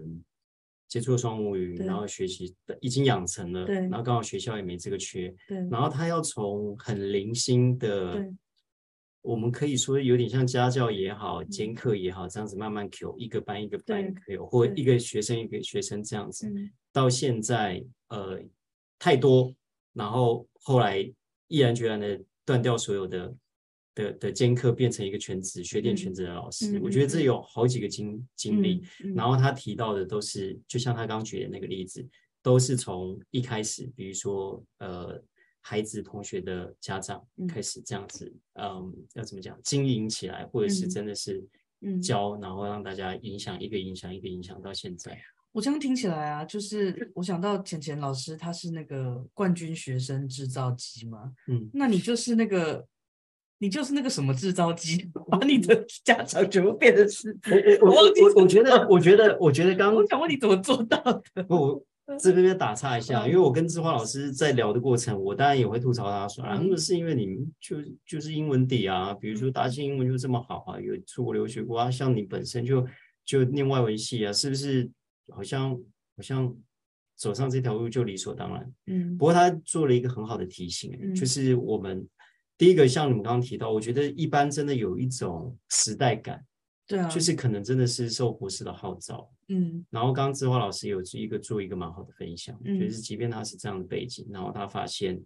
Speaker 2: 接触了双母语，
Speaker 3: 对
Speaker 2: 然后学习已经养成了，
Speaker 3: 对
Speaker 2: 然后刚好学校也没这个缺，
Speaker 3: 对，
Speaker 2: 然后他要从很零星的
Speaker 3: 对，
Speaker 2: 我们可以说有点像家教也好，兼课也好，这样子慢慢 Q 一个班一个班
Speaker 3: 嗯对
Speaker 2: Q，或
Speaker 3: 对
Speaker 2: 一个学生一个学生这样子，
Speaker 3: 嗯
Speaker 2: 到现在呃太多，然后后来毅然决然的断掉所有的的的兼课，变成一个全职学店
Speaker 3: 嗯
Speaker 2: 全职的老师。
Speaker 3: 嗯
Speaker 2: 我
Speaker 3: 嗯
Speaker 2: 觉得这
Speaker 3: 嗯
Speaker 2: 有好几个经经历，
Speaker 3: 嗯
Speaker 2: 然后他提到的都是，就像他刚举的那个例子，都是从一开始，比如说呃，孩子同学的家长
Speaker 3: 嗯
Speaker 2: 开始这样子，嗯，要怎么讲，经营起来，或者是
Speaker 3: 嗯
Speaker 2: 真的是
Speaker 3: 嗯
Speaker 2: 教，然后让大家影响一个影响一个影响到现在。
Speaker 3: 我这样听起来啊，
Speaker 4: 嗯
Speaker 3: 就是我想到浅浅老师，他是那个冠军学生制造机嘛，
Speaker 2: 嗯，
Speaker 3: 那你就是那个，你就是那个什么制造机， (laughs) 把你的家长全部变成是，
Speaker 2: (laughs) 我
Speaker 3: 我忘记
Speaker 2: 我我觉
Speaker 3: (laughs)
Speaker 2: 得，我觉得，我觉得刚
Speaker 3: 我嗯想问你怎么做到的？ (laughs)
Speaker 2: 我这边打岔一下，因为我跟志华老师在聊的过程，我当然也会吐槽他说啊，
Speaker 3: 嗯
Speaker 2: 那么是因为你们就就是英文底啊，比如说达信英文就这么好啊，有出国留学过啊，像你本身就就念外文系啊，是不是好像好像走上这条路就理所当然？
Speaker 3: 嗯
Speaker 2: 不过他做了一个很好的提醒，
Speaker 3: 嗯
Speaker 2: 就是我们第一个像你们刚刚提到，我觉得一般真的有一种时代感，
Speaker 3: 对啊，
Speaker 2: 就是可能真的是受博士的号召。
Speaker 3: 嗯
Speaker 2: 然后刚刚志华老师有一个做一个蛮好的分享，
Speaker 3: 嗯
Speaker 2: 就是即便他是这样的背景，然后他发现，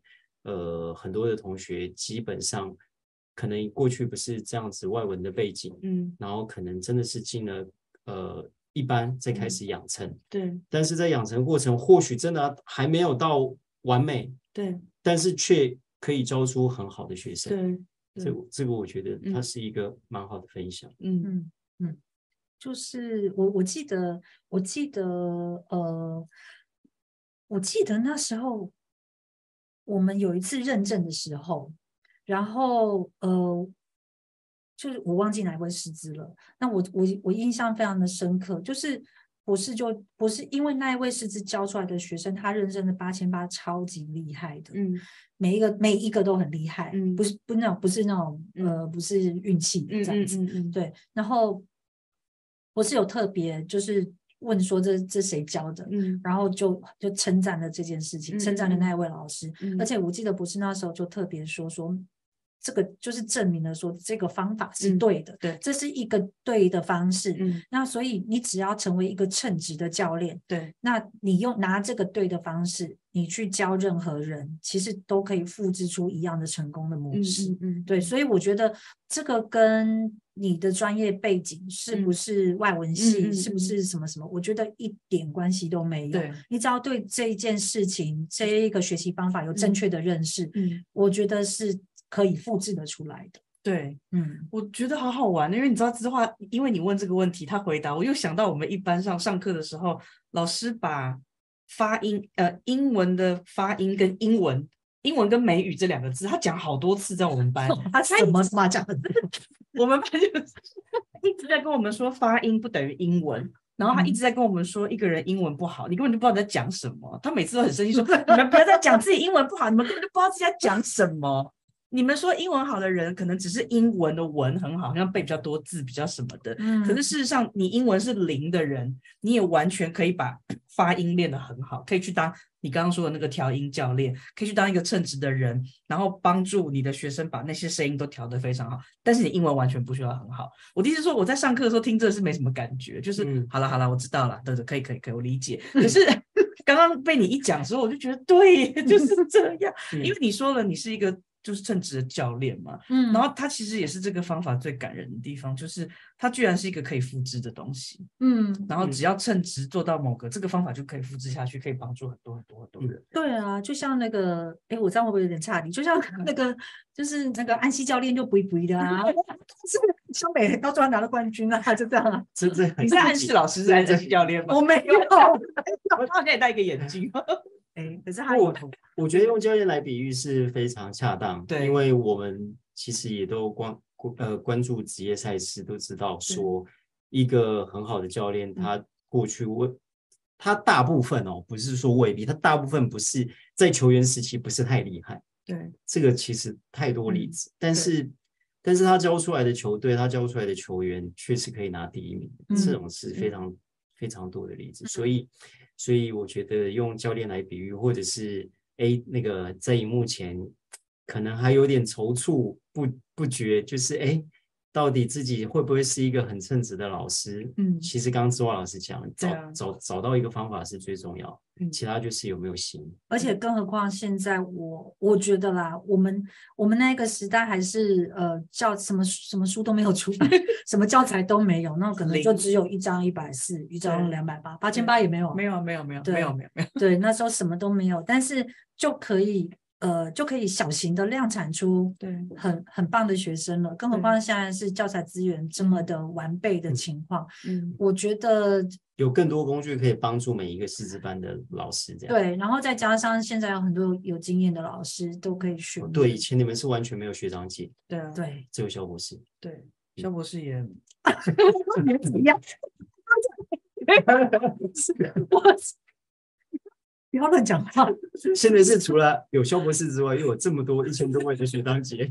Speaker 2: 呃，很多的同学基本上可能过去不是这样子外文的背景，
Speaker 3: 嗯，
Speaker 2: 然后可能真的是进了呃一般再开
Speaker 3: 嗯
Speaker 2: 始养成，
Speaker 3: 对
Speaker 2: 但是在养成过程或许真的还没有到完美，
Speaker 3: 对
Speaker 2: 但是却可以教出很好的学生。
Speaker 3: 对，
Speaker 2: 这个这个我觉得它
Speaker 3: 嗯
Speaker 2: 是一个蛮好的分享。
Speaker 3: 嗯
Speaker 4: 嗯嗯，就是我我记得我记得呃，我记得那时候我们有一次认证的时候，然后呃，就是我忘记哪一位师资了。那我我我印象非常的深刻，就是博士就博士，因为那一位师资教出来的学生，他认证的八千八超级厉害的，
Speaker 3: 嗯
Speaker 4: 每一个每一个都很厉害，
Speaker 3: 嗯
Speaker 4: 不是不那种不是那种呃不是运气
Speaker 3: 嗯
Speaker 4: 这样子，
Speaker 3: 嗯嗯，
Speaker 4: 对，然后我是有特别就是问说这这谁教的，
Speaker 3: 嗯
Speaker 4: 然后就就称赞了这件事情，称赞了
Speaker 3: 嗯嗯嗯
Speaker 4: 那一位老师，
Speaker 3: 嗯，
Speaker 4: 而且我记得不是那时候就特别说说这个就是证明了说这个方法是
Speaker 3: 嗯
Speaker 4: 对的，
Speaker 3: 对
Speaker 4: 这是一个对的方式。
Speaker 3: 嗯
Speaker 4: 那所以你只要成为一个称职的教练，
Speaker 3: 对
Speaker 4: 那你用拿这个对的方式，你去教任何人，其实都可以复制出一样的成功的模
Speaker 3: 嗯
Speaker 4: 式。
Speaker 3: 嗯嗯
Speaker 4: 对，所以我觉得这个跟你的专业背景是不
Speaker 3: 嗯
Speaker 4: 是外文系，
Speaker 3: 嗯
Speaker 4: 是
Speaker 3: 嗯
Speaker 4: 不是什么什么，我觉得一点关系都没有。
Speaker 3: 对，
Speaker 4: 你只要对这一件事情、这一个学习方法有正
Speaker 3: 嗯
Speaker 4: 确的认识，
Speaker 3: 嗯
Speaker 4: 我觉得是可以复制的出来的。
Speaker 3: 对，
Speaker 4: 嗯，
Speaker 3: 我觉得好好玩，因为你知道之后，因为你问这个问题，他回答，我又想到我们一班上上课的时候，老师把发音，呃，英文的发音跟英文，英文跟美语这两个字，他讲好多次在我们 (laughs) 班，
Speaker 4: 他什么什么讲的？
Speaker 3: 我们班就是一直在跟我们说发音不等于英文。然后他一直在跟我们说，一个人英文不好，你根本就不知道你在讲什么。他每次都很生气说：“你们不要再讲自己英文不好，你们根本就不知道自己在讲什么。你们说英文好的人，可能只是英文的文很好，好像背比较多字，比较什么的。
Speaker 4: 嗯
Speaker 3: 可是事实上，你英文是零的人，你也完全可以把发音练得很好，可以去当你刚刚说的那个调音教练，可以去当一个称职的人，然后帮助你的学生把那些声音都调得非常好。但是你英文完全不需要很好。我的意思是说，我在上课的时候听这是没什么感觉，就是、
Speaker 2: 嗯
Speaker 3: 好了好了，我知道了，对对，可以可以可以，我理
Speaker 2: (laughs)
Speaker 3: 解。可是刚刚被你一讲之后，我就觉得对，就是这样，
Speaker 2: (laughs) 嗯
Speaker 3: 因为你说了你是一个就是称职的教练嘛，
Speaker 4: 嗯，
Speaker 3: 然后它其实也是这个方法最感人的地方，就是它居然是一个可以复制的东西，
Speaker 4: 嗯，
Speaker 3: 然后
Speaker 2: 嗯
Speaker 3: 只要称职做到某个，这个方法就可以复制下去，可以帮助很多很多很多人。
Speaker 4: 对啊，就像那个，哎，我这样会不会有点差题？就像那个，就是那个安西教练就不一不一的啊，是湘北到最后拿了冠军啊，就这样啊。
Speaker 2: 这这很
Speaker 3: 你是暗示老师是暗示教练吗？ (laughs)
Speaker 4: 我没有，
Speaker 3: 我他好像也戴一个眼镜。
Speaker 4: 哎，可是他有
Speaker 2: 我我觉得用教练来比喻是非常恰当，
Speaker 3: 对
Speaker 2: 因为我们其实也都关呃关注职业赛事，都知道说一个很好的教
Speaker 3: 嗯
Speaker 2: 练，他过去为他大部分哦，不是说未必，他大部分不是在球员时期不是太厉害，
Speaker 3: 对
Speaker 2: 这个其实太多例
Speaker 3: 嗯
Speaker 2: 子，但是但是他教出来的球队，他教出来的球员确实可以拿第一名，
Speaker 4: 嗯
Speaker 2: 这种是非
Speaker 3: 嗯
Speaker 2: 常、非常多的例子，所以所以我觉得用教练来比喻，或者是哎那个在荧幕前可能还有点踌躇不不决，就是哎。诶到底自己会不会是一个很称职的老师？
Speaker 3: 嗯
Speaker 2: 其实刚刚周老师讲，找、
Speaker 3: 对啊
Speaker 2: 找找到一个方法是最重要，
Speaker 3: 嗯
Speaker 2: 其他就是有没有心。
Speaker 4: 而且更何况现在我我觉得啦，我们我们那个时代还是呃教什么什么书都没有出版，什么教材都没有，那可能就
Speaker 3: 零
Speaker 4: 只有一张一百四，一张两百八，八千八也没有，
Speaker 3: 没有没有没有
Speaker 4: 对
Speaker 3: 没有没有没有，
Speaker 4: 对，那时候什么都没有，但是就可以呃就可以小型的量产出
Speaker 3: 对
Speaker 4: 很很棒的学生了，更何
Speaker 3: 对
Speaker 4: 况现在是教材资源这么的完备的情况，
Speaker 3: 嗯
Speaker 4: 我觉得
Speaker 2: 有更多工具可以帮助每一个师资班的老师，这样
Speaker 4: 对，然后再加上现在有很多有经验的老师都可以学，
Speaker 2: 哦对，以前你们是完全没有学长姐，
Speaker 3: 对啊
Speaker 4: 对。
Speaker 2: 只有肖博士。
Speaker 3: 对，肖博士
Speaker 4: (laughs)
Speaker 3: 也
Speaker 4: 怎么样？ (laughs) 我不要乱讲话。 (laughs)
Speaker 2: 现在是除了有肖博士之外，又有这么多一千多位的学长
Speaker 4: (laughs)
Speaker 2: 姐。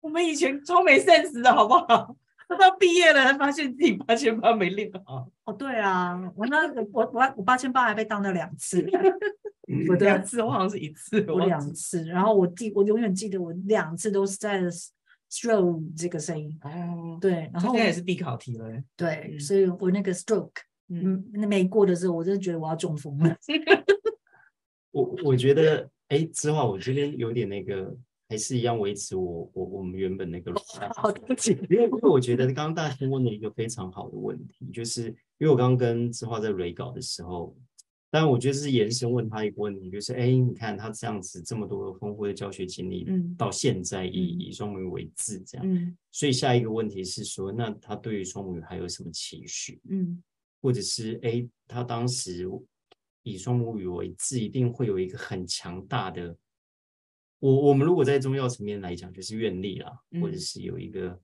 Speaker 3: 我们以前超没 sense 的好不好？ (laughs) 等到毕业了才发现自己八千八没练好，
Speaker 4: 哦，对啊，我那个我我我八千八还被当了两次，我的
Speaker 3: 两次，我好像是一次，
Speaker 4: 我
Speaker 3: 忘
Speaker 4: 两
Speaker 3: 记
Speaker 4: 次，然后我记，我永远记得我两次都是在 stroke 这个声音，
Speaker 3: 哦，
Speaker 4: 对，然
Speaker 3: 这应
Speaker 4: 后我
Speaker 3: 该也是必考题了。
Speaker 4: 对，
Speaker 3: 嗯
Speaker 4: 所以我那个 stroke，
Speaker 3: 嗯，
Speaker 4: 嗯，那没过的时候，我真的觉得我要中风了。
Speaker 2: 我我觉得，哎，之华，我这边有点那个，还是一样维持我我我们原本那个路线。
Speaker 4: 哦好，对不起，
Speaker 2: 因为因为我觉得刚刚大仙问了一个非常好的问题，就是因为我刚刚跟志华在蕊稿的时候，当然我就是延伸问他一个问题，就是哎，你看他这样子这么多丰富的教学经历，
Speaker 3: 嗯
Speaker 2: 到现在以
Speaker 3: 嗯
Speaker 2: 以双母语为字这样，
Speaker 3: 嗯
Speaker 2: 所以下一个问题是说，那他对于双母语还有什么期许，
Speaker 3: 嗯
Speaker 2: 或者是哎，他当时以双母语为字，一定会有一个很强大的。我我们如果在宗教层面来讲，就是愿力啦，或者
Speaker 3: 嗯
Speaker 2: 是有一个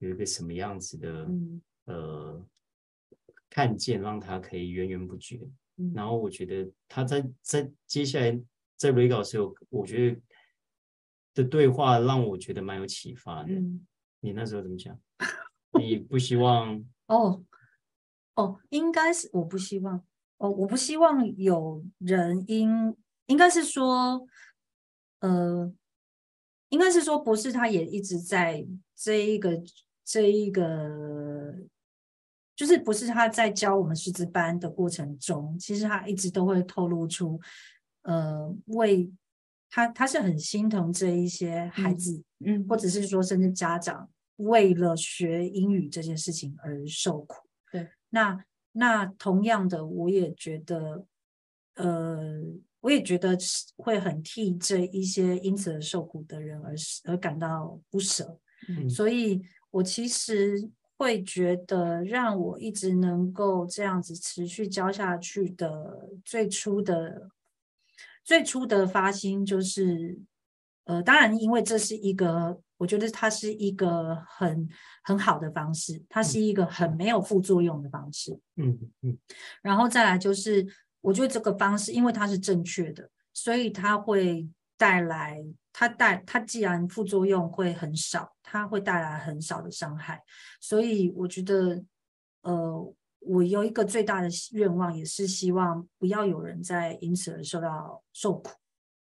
Speaker 2: 有一个什么样子的、
Speaker 3: 嗯
Speaker 2: 呃看见，让他可以源源不绝。
Speaker 3: 嗯
Speaker 2: 然后我觉得他在在接下来在 re 稿时候，我觉得的对话让我觉得蛮有启发的。
Speaker 3: 嗯
Speaker 2: 你那时候怎么讲？ (laughs) 你不希望
Speaker 4: 哦哦，应该是我不希望哦，我不希望有人因，应该是说，呃，应该是说博士他也一直在这一个这一个，就是博士他在教我们师资班的过程中，其实他一直都会透露出，呃，为他他是很心疼这一些孩
Speaker 3: 嗯
Speaker 4: 子。
Speaker 3: 嗯
Speaker 4: 或者是说甚至家长为了学英语这件事情而受苦。
Speaker 3: 对，
Speaker 4: 那那同样的，我也觉得，呃，我也觉得是会很替这一些因此而受苦的人而是而感到不舍。
Speaker 2: 嗯
Speaker 4: 所以我其实会觉得，让我一直能够这样子持续教下去的最初的最初的发心就是，呃，当然，因为这是一个，我觉得它是一个很很好的方式，它是一个很没有副作用的方式。
Speaker 2: 嗯嗯
Speaker 4: 然后再来就是，我觉得这个方式，因为它是正确的，所以它会带来它带它既然副作用会很少，它会带来很少的伤害，所以我觉得，呃，我有一个最大的希愿望，也是希望不要有人再因此而受到受苦。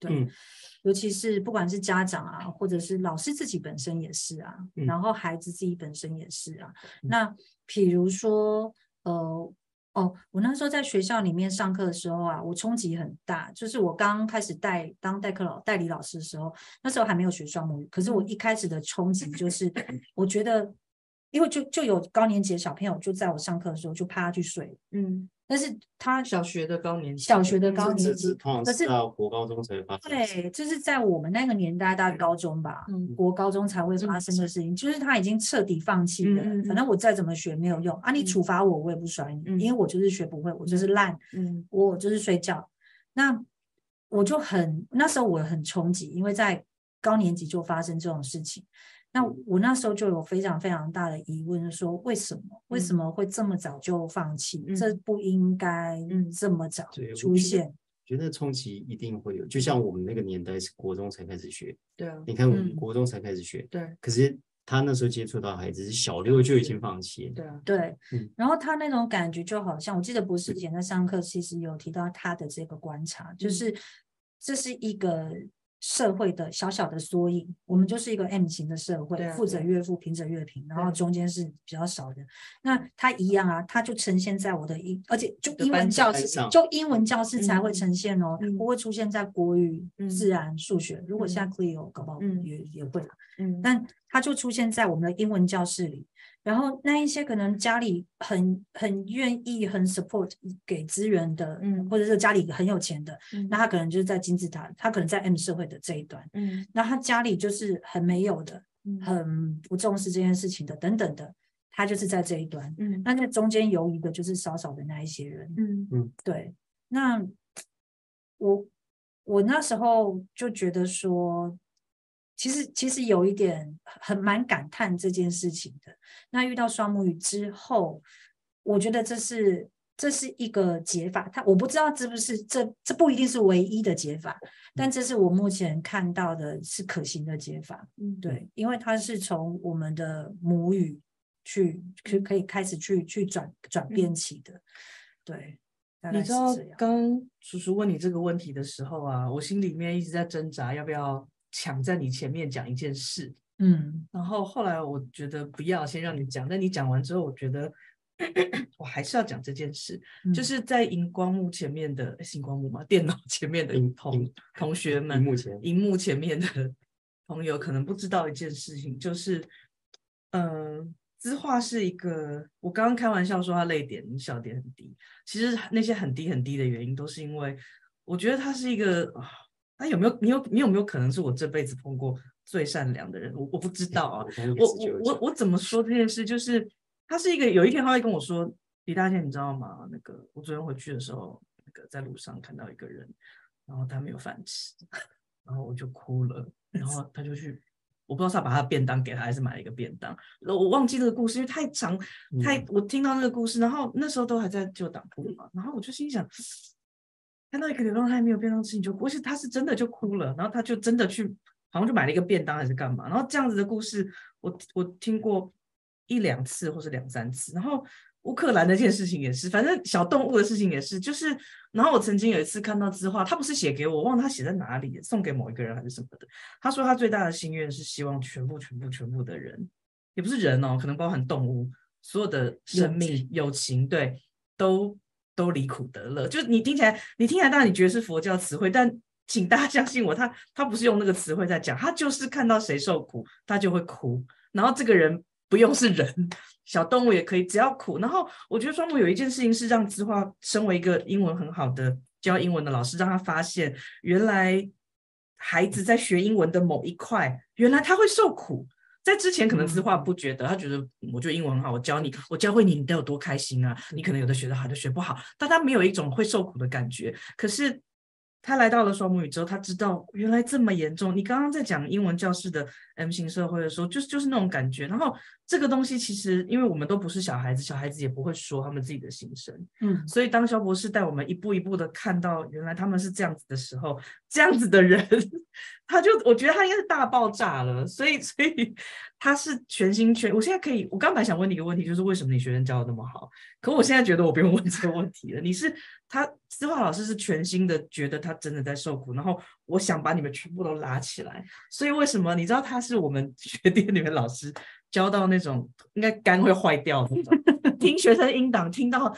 Speaker 4: 对，
Speaker 2: 嗯
Speaker 4: 尤其是不管是家长啊，或者是老师自己本身也是啊，
Speaker 2: 嗯
Speaker 4: 然后孩子自己本身也是啊。
Speaker 2: 嗯
Speaker 4: 那比如说，呃，哦，我那时候在学校里面上课的时候啊，我冲击很大。就是我刚开始带当代课老代理老师的时候，那时候还没有学双母语，可是我一开始的冲击就是，我觉得，因为就就有高年级的小朋友就在我上课的时候就趴下去睡了，
Speaker 3: 嗯，
Speaker 4: 但是他
Speaker 3: 小学的高年级，
Speaker 4: 小学的高
Speaker 2: 这
Speaker 3: 嗯
Speaker 4: 年
Speaker 2: 这
Speaker 4: 级
Speaker 2: 这通常
Speaker 4: 可
Speaker 2: 是
Speaker 4: 是
Speaker 2: 到国高中才会发生的事。
Speaker 4: 对，就是在我们那个年代，大概高中吧，
Speaker 3: 嗯
Speaker 4: 国高中才会发
Speaker 3: 嗯
Speaker 4: 生的事情，就是他已经彻底放弃了。
Speaker 3: 嗯嗯嗯
Speaker 4: 反正我再怎么学没有用啊，你
Speaker 3: 嗯
Speaker 4: 处罚我，我也不甩你，
Speaker 3: 嗯
Speaker 4: 因为我就是学不会，我就是烂，
Speaker 3: 嗯
Speaker 4: 我就是睡觉。那我就很那时候我很冲击，因为在高年级就发生这种事情。那
Speaker 3: 嗯
Speaker 4: 我那时候就有非常非常大的疑问，就说为什么为什
Speaker 3: 嗯
Speaker 4: 么会这么早就放弃？
Speaker 3: 嗯
Speaker 4: 这不应该
Speaker 3: 嗯
Speaker 4: 这么早
Speaker 2: 对我
Speaker 4: 出
Speaker 2: 觉得
Speaker 3: 啊
Speaker 4: 现。
Speaker 2: 觉得冲击一定会有，就像我们那个年代是国中才开始学，
Speaker 3: 对啊
Speaker 2: 你看我们
Speaker 4: 嗯
Speaker 2: 国中才开始学，
Speaker 3: 对
Speaker 2: 可是他那时候接触到孩子是小六就已经放弃了，
Speaker 3: 对啊
Speaker 4: 对
Speaker 2: 嗯，
Speaker 4: 然后他那种感觉就好像，我记得博士以前在上课，其实有提到他的这个观察，就
Speaker 3: 嗯
Speaker 4: 是这是一个社会的小小的缩影，我们就是一个 M 型的社会
Speaker 3: 对，啊
Speaker 4: 富者
Speaker 3: 对啊
Speaker 4: 越富，贫者越贫，然后
Speaker 3: 对
Speaker 4: 中间是比较少的。那他一样啊，他就呈现在我的英，而且就
Speaker 3: 的
Speaker 4: 英文
Speaker 3: 班
Speaker 4: 教
Speaker 2: 班
Speaker 4: 室
Speaker 2: 上，
Speaker 4: 就英文教室才会
Speaker 3: 嗯
Speaker 4: 呈现哦，它
Speaker 3: 嗯
Speaker 4: 不会出现在国语、
Speaker 3: 嗯
Speaker 4: 自然、数学。如果现在 Clio 搞不好
Speaker 3: 嗯
Speaker 4: 也也会啦
Speaker 3: 嗯
Speaker 4: 但它就出现在我们的英文教室里。然后那一些可能家里很很愿意、很 support 给资源的，
Speaker 3: 嗯
Speaker 4: 或者是家里很有钱的，
Speaker 3: 嗯
Speaker 4: 那他可能就是在金字塔，他可能在 M 社会的这一端，
Speaker 3: 嗯
Speaker 4: 那他家里就是很没有的，
Speaker 3: 嗯
Speaker 4: 很不重视这件事情的，等等的，他就是在这一端。
Speaker 3: 嗯
Speaker 4: 那在中间游移的就是少少的那一些人，
Speaker 3: 嗯
Speaker 4: 对，那我我那时候就觉得说，其实其实有一点很很蛮感叹这件事情的。那遇到双母语之后，我觉得这是这是一个解法，它我不知道是不是这这不一定是唯一的解法，但这是我目前看到的是可行的解法。
Speaker 3: 嗯
Speaker 4: 对，因为它是从我们的母语去去可以开始去去转转变起的，对。
Speaker 3: 大概
Speaker 4: 嗯你
Speaker 3: 是
Speaker 4: 知道
Speaker 3: 这样
Speaker 4: 刚
Speaker 3: 叔叔问你这个问题的时候啊，我心里面一直在挣扎，要不要抢在你前面讲一件事。
Speaker 4: 嗯
Speaker 3: 然后后来我觉得不要，先让你讲。但你讲完之后，我觉得 (clears throat) 我还是要讲这件事，就
Speaker 4: 嗯
Speaker 3: 是在荧光幕前面的诶是荧光幕嘛，电脑前面的
Speaker 2: 荧
Speaker 3: 同
Speaker 2: 荧
Speaker 3: 同学
Speaker 2: 荧
Speaker 3: 们，
Speaker 2: 幕前
Speaker 3: 荧幕前面的 (laughs) 朋友可能不知道一件事情，就是，嗯、资化是一个，我刚刚开玩笑说他泪点、笑点很低，其实那些很低很低的原因，都是因为我觉得他是一个，啊他有没有你有你有没有可能是我这辈子碰过最善良的人？我我不知道啊，
Speaker 2: 刚刚也
Speaker 3: 我
Speaker 2: 是觉得
Speaker 3: 我我我怎么说这件事？就是他是一个有一天他会跟我说：“李大姐，你知道吗？那个我昨天回去的时候，那个在路上看到一个人，然后他没有饭吃， (laughs) 然后我就哭了，然后他就去。”我不知道是他把他的便当给他，还是买了一个便当。然后我忘记这个故事，因为太长，太
Speaker 2: 嗯
Speaker 3: 我听到那个故事，然后那时候都还在旧党部嘛，然后我就心想，看到一个流浪汉没有便当吃，你就哭，而且他是真的就哭了，然后他就真的去，好像就买了一个便当还是干嘛，然后这样子的故事，我我听过一两次或是两三次，然后乌克兰那件事情也是，反正小动物的事情也是，就是，然后我曾经有一次看到之画，他不是写给我，我忘了他写在哪里，送给某一个人还是什么的，他说他最大的心愿是希望全部全部全部的人，也不是人哦，可能包含动物，所有的生命、友情，对，都都离苦得乐。就你听起来，你听起来，当然你觉得是佛教词汇，但请大家相信我，他他不是用那个词汇在讲，他就是看到谁受苦，他就会哭。然后这个人不用是人，小动物也可以，只要苦。然后我觉得双木有一件事情是让知画身为一个英文很好的教英文的老师，让他发现原来孩子在学英文的某一块，原来他会受苦。在之前可能知画不觉得，他觉得嗯我觉得英文很好，我教你，我教会你，你得有多开心啊！你可能有的学得好，有的学不好，但他没有一种会受苦的感觉。可是他来到了双母语之后，他知道原来这么严重。你刚刚在讲英文教室的 M 型社会的时候，就是就是那种感觉。然后这个东西其实，因为我们都不是小孩子，小孩子也不会说他们自己的心声，
Speaker 4: 嗯
Speaker 3: 所以当肖博士带我们一步一步的看到原来他们是这样子的时候，这样子的人， (laughs) 他就我觉得他应该是大爆炸了。所以，所以他是全心全。我现在可以，我刚才想问你一个问题，就是为什么你学生教的那么好？可我现在觉得我不用问这个问题了。你是他，思华老师是全心的觉得他真的在受苦，然后我想把你们全部都拉起来。所以为什么你知道他是我们学店里面老师教到那种应该肝会坏掉的那
Speaker 4: (laughs)
Speaker 3: 种，听学生音档听到。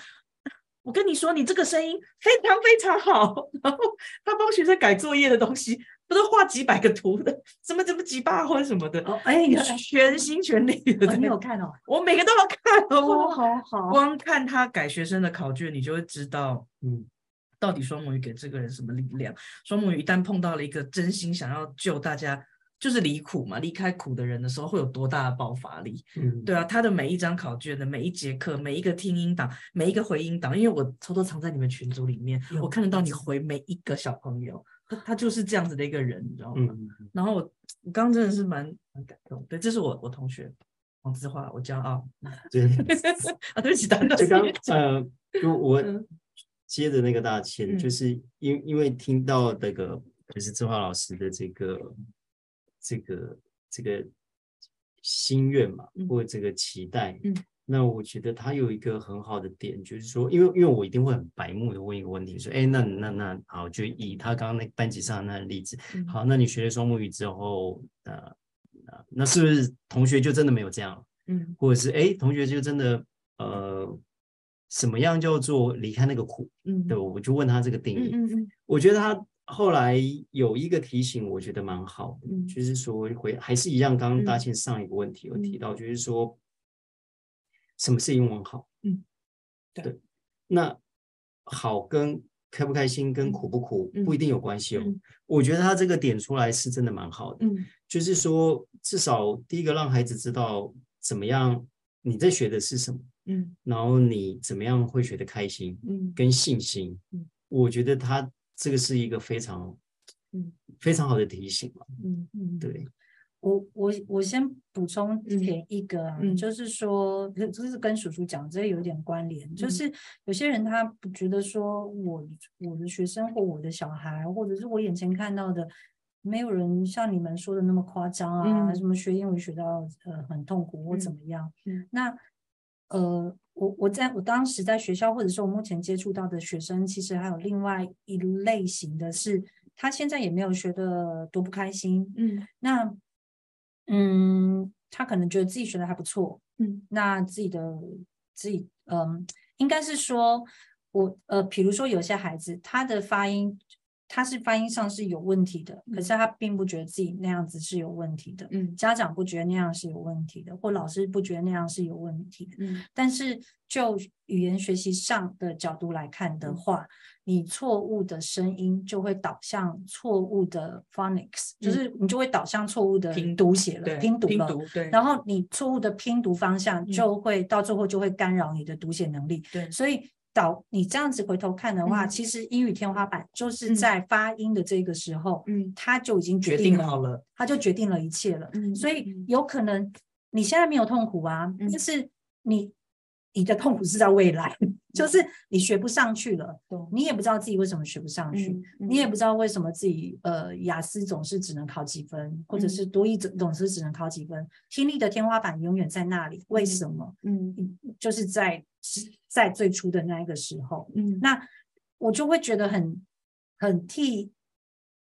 Speaker 3: 我跟你说，你这个声音非常非常好。然后他帮学生改作业的东西，不都画几百个图的，什么什么几把婚什么的，
Speaker 4: 哦哎
Speaker 3: 你
Speaker 4: 原来
Speaker 3: 全心全力的
Speaker 4: 哦
Speaker 3: 在
Speaker 4: 你有看哦
Speaker 3: 我每个都要看
Speaker 4: 哦
Speaker 3: 哦。
Speaker 4: 好好
Speaker 3: 光看他改学生的考卷，你就会知道
Speaker 2: 嗯
Speaker 3: 到底双母语给这个人什么力量。双母语一旦碰到了一个真心想要救大家，就是离苦嘛，离开苦的人的时候，会有多大的爆发力？
Speaker 2: 嗯
Speaker 3: 对啊，他的每一张考卷的每一节课，每一个听音档，每一个回音档，因为我偷偷藏在你们群组里面，
Speaker 2: 嗯
Speaker 3: 我看得到你回每一个小朋友，他他就是这样子的一个人，你知道吗？
Speaker 2: 嗯
Speaker 3: 然后我我刚刚真的是蛮蛮感动，对，这是我我同学黄子华，我骄傲 (laughs)
Speaker 2: 对。
Speaker 3: 啊，对不起，打
Speaker 2: (laughs)
Speaker 3: 断
Speaker 2: 就刚
Speaker 3: 你。
Speaker 2: 呃，就我
Speaker 3: 嗯
Speaker 2: 接着那个大千，就
Speaker 3: 嗯
Speaker 2: 是因因为听到那个就是志华老师的这个这个这个心愿嘛，
Speaker 3: 嗯
Speaker 2: 或者这个期待，
Speaker 3: 嗯，
Speaker 2: 那我觉得他有一个很好的点，就是说，因为因为我一定会很白目的问一个问题，说，哎，那那那好，就以他刚刚那班级上的那个例子，
Speaker 3: 嗯
Speaker 2: 好，那你学了双母语之后，呃，呃那是不是同学就真的没有这样？
Speaker 3: 嗯
Speaker 2: 或者是哎，诶同学就真的呃，什么样叫做离开那个苦？
Speaker 3: 嗯
Speaker 2: 对，我就问他这个定
Speaker 3: 嗯
Speaker 2: 义。
Speaker 3: 嗯嗯
Speaker 2: 我觉得他后来有一个提醒，我觉得蛮好的，
Speaker 3: 嗯
Speaker 2: 就是说回还是一样，刚刚
Speaker 3: 嗯
Speaker 2: 大庆上一个问题有提
Speaker 3: 嗯
Speaker 2: 到，就是说什么是英文好？
Speaker 3: 嗯，对
Speaker 2: 那好跟开不开心跟
Speaker 3: 嗯
Speaker 2: 苦不苦不一
Speaker 3: 嗯
Speaker 2: 定有关系哦。
Speaker 3: 嗯
Speaker 2: 我觉得他这个点出来是真的蛮好的。
Speaker 3: 嗯
Speaker 2: 就是说，至少第一个让孩子知道怎么样你在学的是什么，
Speaker 3: 嗯
Speaker 2: 然后你怎么样会学得开心
Speaker 3: 嗯
Speaker 2: 跟信心
Speaker 3: 嗯。
Speaker 2: 我觉得他这个是一个非常
Speaker 3: 嗯
Speaker 2: 非常好的提醒嘛。
Speaker 3: 嗯嗯，
Speaker 2: 对，
Speaker 4: 我我我先补充
Speaker 3: 嗯
Speaker 4: 填一个啊，
Speaker 3: 嗯
Speaker 4: 就是说，可就是跟叔叔讲，这有点关联。就
Speaker 3: 嗯
Speaker 4: 是有些人他不觉得说我我的学生或我的小孩，或者是我眼前看到的，没有人像你们说的那么夸张啊，
Speaker 3: 嗯
Speaker 4: 什么学英文学到呃很痛苦或怎么样。
Speaker 3: 嗯
Speaker 4: 那呃，我我在我当时在学校，或者是我目前接触到的学生，其实还有另外一类型的是，他现在也没有学的多不开心，
Speaker 5: 嗯
Speaker 4: 那嗯，他可能觉得自己学的还不错，
Speaker 5: 嗯
Speaker 4: 那自己的自己，嗯，应该是说，我呃，比如说有些孩子他的发音，他是发音上是有问题的，可是他并不觉得自己那样子是有问题的，
Speaker 5: 嗯
Speaker 4: 家长不觉得那样是有问题的，或老师不觉得那样是有问题的。
Speaker 5: 嗯
Speaker 4: 但是就语言学习上的角度来看
Speaker 3: 嗯
Speaker 4: 的话，你错误的声音就会导向错误的 phonics，、就
Speaker 5: 嗯
Speaker 4: 是你就会导向错误的
Speaker 3: 拼
Speaker 4: 读写了，
Speaker 3: 对，
Speaker 4: 拼读
Speaker 3: 拼
Speaker 4: 了。
Speaker 3: 读，对，
Speaker 4: 然
Speaker 3: 后
Speaker 4: 后你错误的拼读方向就会、到最后就会干扰你的读写能力，
Speaker 3: 对
Speaker 4: 所以导你这样子回头看的话，
Speaker 5: 嗯
Speaker 4: 其实英语天花板就是
Speaker 5: 嗯
Speaker 4: 在发音的这个时候，
Speaker 5: 嗯
Speaker 4: 它就已经决
Speaker 3: 决
Speaker 4: 定
Speaker 3: 定
Speaker 4: 了，
Speaker 3: 好了，
Speaker 4: 它就决定了一切了。
Speaker 5: 嗯，
Speaker 4: 所以有可能你现在没有痛苦啊，
Speaker 5: 嗯
Speaker 4: 但是你你的痛苦是在未来，
Speaker 5: 嗯
Speaker 4: 就是你学不上去了，
Speaker 3: 嗯
Speaker 5: 懂
Speaker 4: 你也不知道自己为什么学不上去，
Speaker 5: 嗯
Speaker 4: 你也不知道为什么自己呃雅思总是只能考几分，或者
Speaker 5: 嗯
Speaker 4: 是多一总总是只能考几分，听力的天花板永远在那里，为
Speaker 5: 嗯
Speaker 4: 什么？
Speaker 5: 嗯
Speaker 4: 嗯就是在在最初的那一个时候，
Speaker 5: 嗯
Speaker 4: 那我就会觉得很很替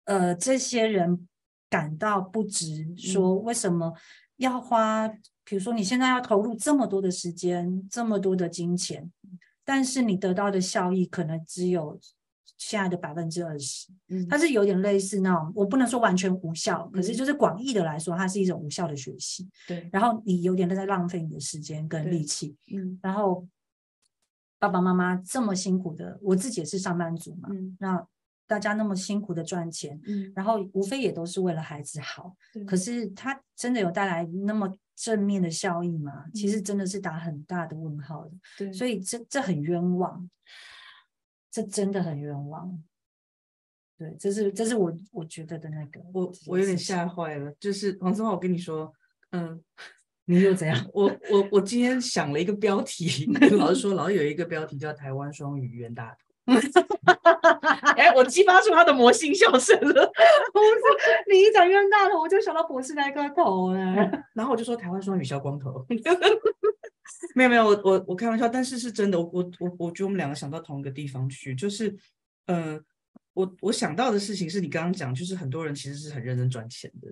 Speaker 4: 呃这些人感到不值，说
Speaker 5: 嗯
Speaker 4: 为什么要花，比如说你现在要投入这么多的时间，这么多的金钱，但是你得到的效益可能只有现在的百分之二十，
Speaker 5: 嗯
Speaker 4: 它是有点类似那种，我不能说完全无效，可是
Speaker 5: 嗯
Speaker 4: 就是广义的来说，它是一种无效的学习，
Speaker 5: 对
Speaker 4: 然后你有点在浪费你的时间跟
Speaker 5: 对
Speaker 4: 力气，
Speaker 5: 嗯
Speaker 4: 然后爸爸妈妈这么辛苦的，我自己也是上班族嘛，
Speaker 5: 嗯
Speaker 4: 那大家那么辛苦的赚钱，
Speaker 5: 嗯，
Speaker 4: 然后无非也都是为了孩子好，可是他真的有带来那么正面的效益吗？其实真的是打很大的问号的，
Speaker 5: 对，
Speaker 4: 所以这这很冤枉，这真的很冤枉。对，这是这是我我觉得的那个，
Speaker 3: 我我有点，吓坏了，就是黄子华，我跟你说，嗯，
Speaker 4: 你又怎样？
Speaker 3: 我我我今天想了一个标题， (laughs) 老师说老师有一个标题叫“台湾双语冤大头”，哎、我激发出他的魔性笑声了。
Speaker 4: 不是你一讲冤大头，我就想到博士那一个头哎。
Speaker 3: 然后我就说台湾双语消光头， (laughs) 没有没有，我我我开玩笑，但是是真的，我我我我觉得我们两个想到同一个地方去，就是，呃，我我想到的事情是你刚刚讲，就是很多人其实是很认真赚钱的，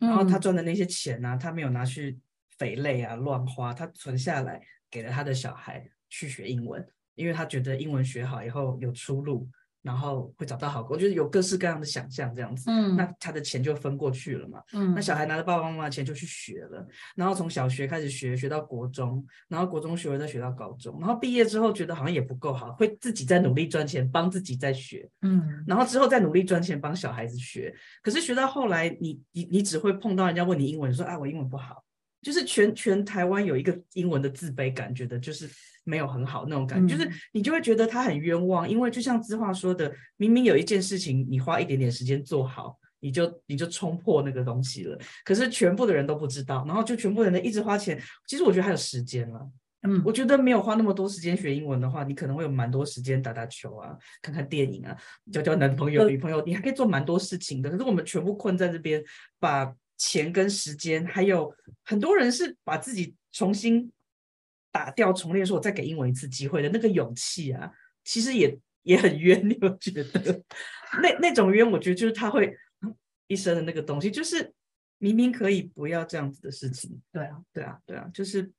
Speaker 4: 嗯
Speaker 3: 然后他赚的那些钱呢、他没有拿去肥累啊、乱花，他存下来给了他的小孩去学英文，因为他觉得英文学好以后有出路，然后会找到好工，就是有各式各样的想象这样子，
Speaker 4: 嗯
Speaker 3: 那他的钱就分过去了嘛。
Speaker 4: 嗯
Speaker 3: 那小孩拿着爸爸妈妈的钱就去学了，然后从小学开始学，学到国中，然后国中学了再学到高中，然后毕业之后觉得好像也不够好，会自己再努力赚钱，帮自己再学，
Speaker 4: 嗯
Speaker 3: 然后之后再努力赚钱帮小孩子学。可是学到后来，你你你只会碰到人家问你英文，你说啊我英文不好，就是全全台湾有一个英文的自卑感，觉得就是没有很好那种感觉，就是
Speaker 4: 嗯
Speaker 3: 你就会觉得他很冤枉，因为就像资话说的，明明有一件事情你花一点点时间做好。你就你就冲破那个东西了，可是全部的人都不知道，然后就全部的人一直花钱。其实我觉得还有时间了，
Speaker 4: 嗯
Speaker 3: 我觉得没有花那么多时间学英文的话，你可能会有蛮多时间打打球啊，看看电影啊，交交男朋友、
Speaker 4: 呃
Speaker 3: 女朋友，你还可以做蛮多事情的。可是我们全部困在这边，把钱跟时间，还有很多人是把自己重新打掉重练，说我再给英文一次机会的那个勇气啊，其实也也很冤，你有没有觉得？那那种冤，我觉得就是他会一生的那个东西，就是明明可以不要这样子的事情，
Speaker 4: 对啊，
Speaker 3: 对啊，对啊，就是，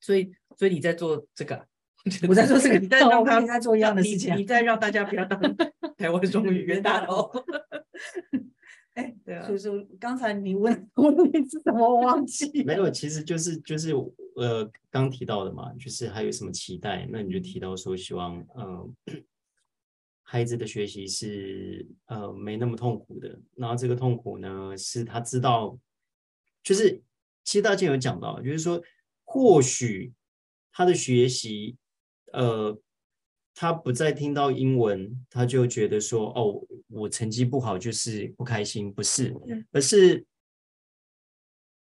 Speaker 3: 所以，所以你在做这个啊， (laughs)
Speaker 4: 我在做这个哦
Speaker 3: 你在
Speaker 4: 我
Speaker 3: 让
Speaker 4: 跟
Speaker 3: 他
Speaker 4: 你在做一样的
Speaker 3: 你
Speaker 4: 事情啊
Speaker 3: 你在让大家不要
Speaker 4: (laughs)
Speaker 3: 当台湾中语冤大头。
Speaker 4: 哎，
Speaker 3: 对啊
Speaker 4: 所以说刚才你问问题是什么，我忘记
Speaker 2: 没
Speaker 4: 了。
Speaker 2: 有，其实就是就是呃刚提到的嘛，就是还有什么期待？那你就提到说希望呃孩子的学习是呃没那么痛苦的，然后这个痛苦呢是他知道，就是其实大家有讲到，就是说或许他的学习呃。他不再听到英文，他就觉得说：“哦，我成绩不好就是不开心，不是，而是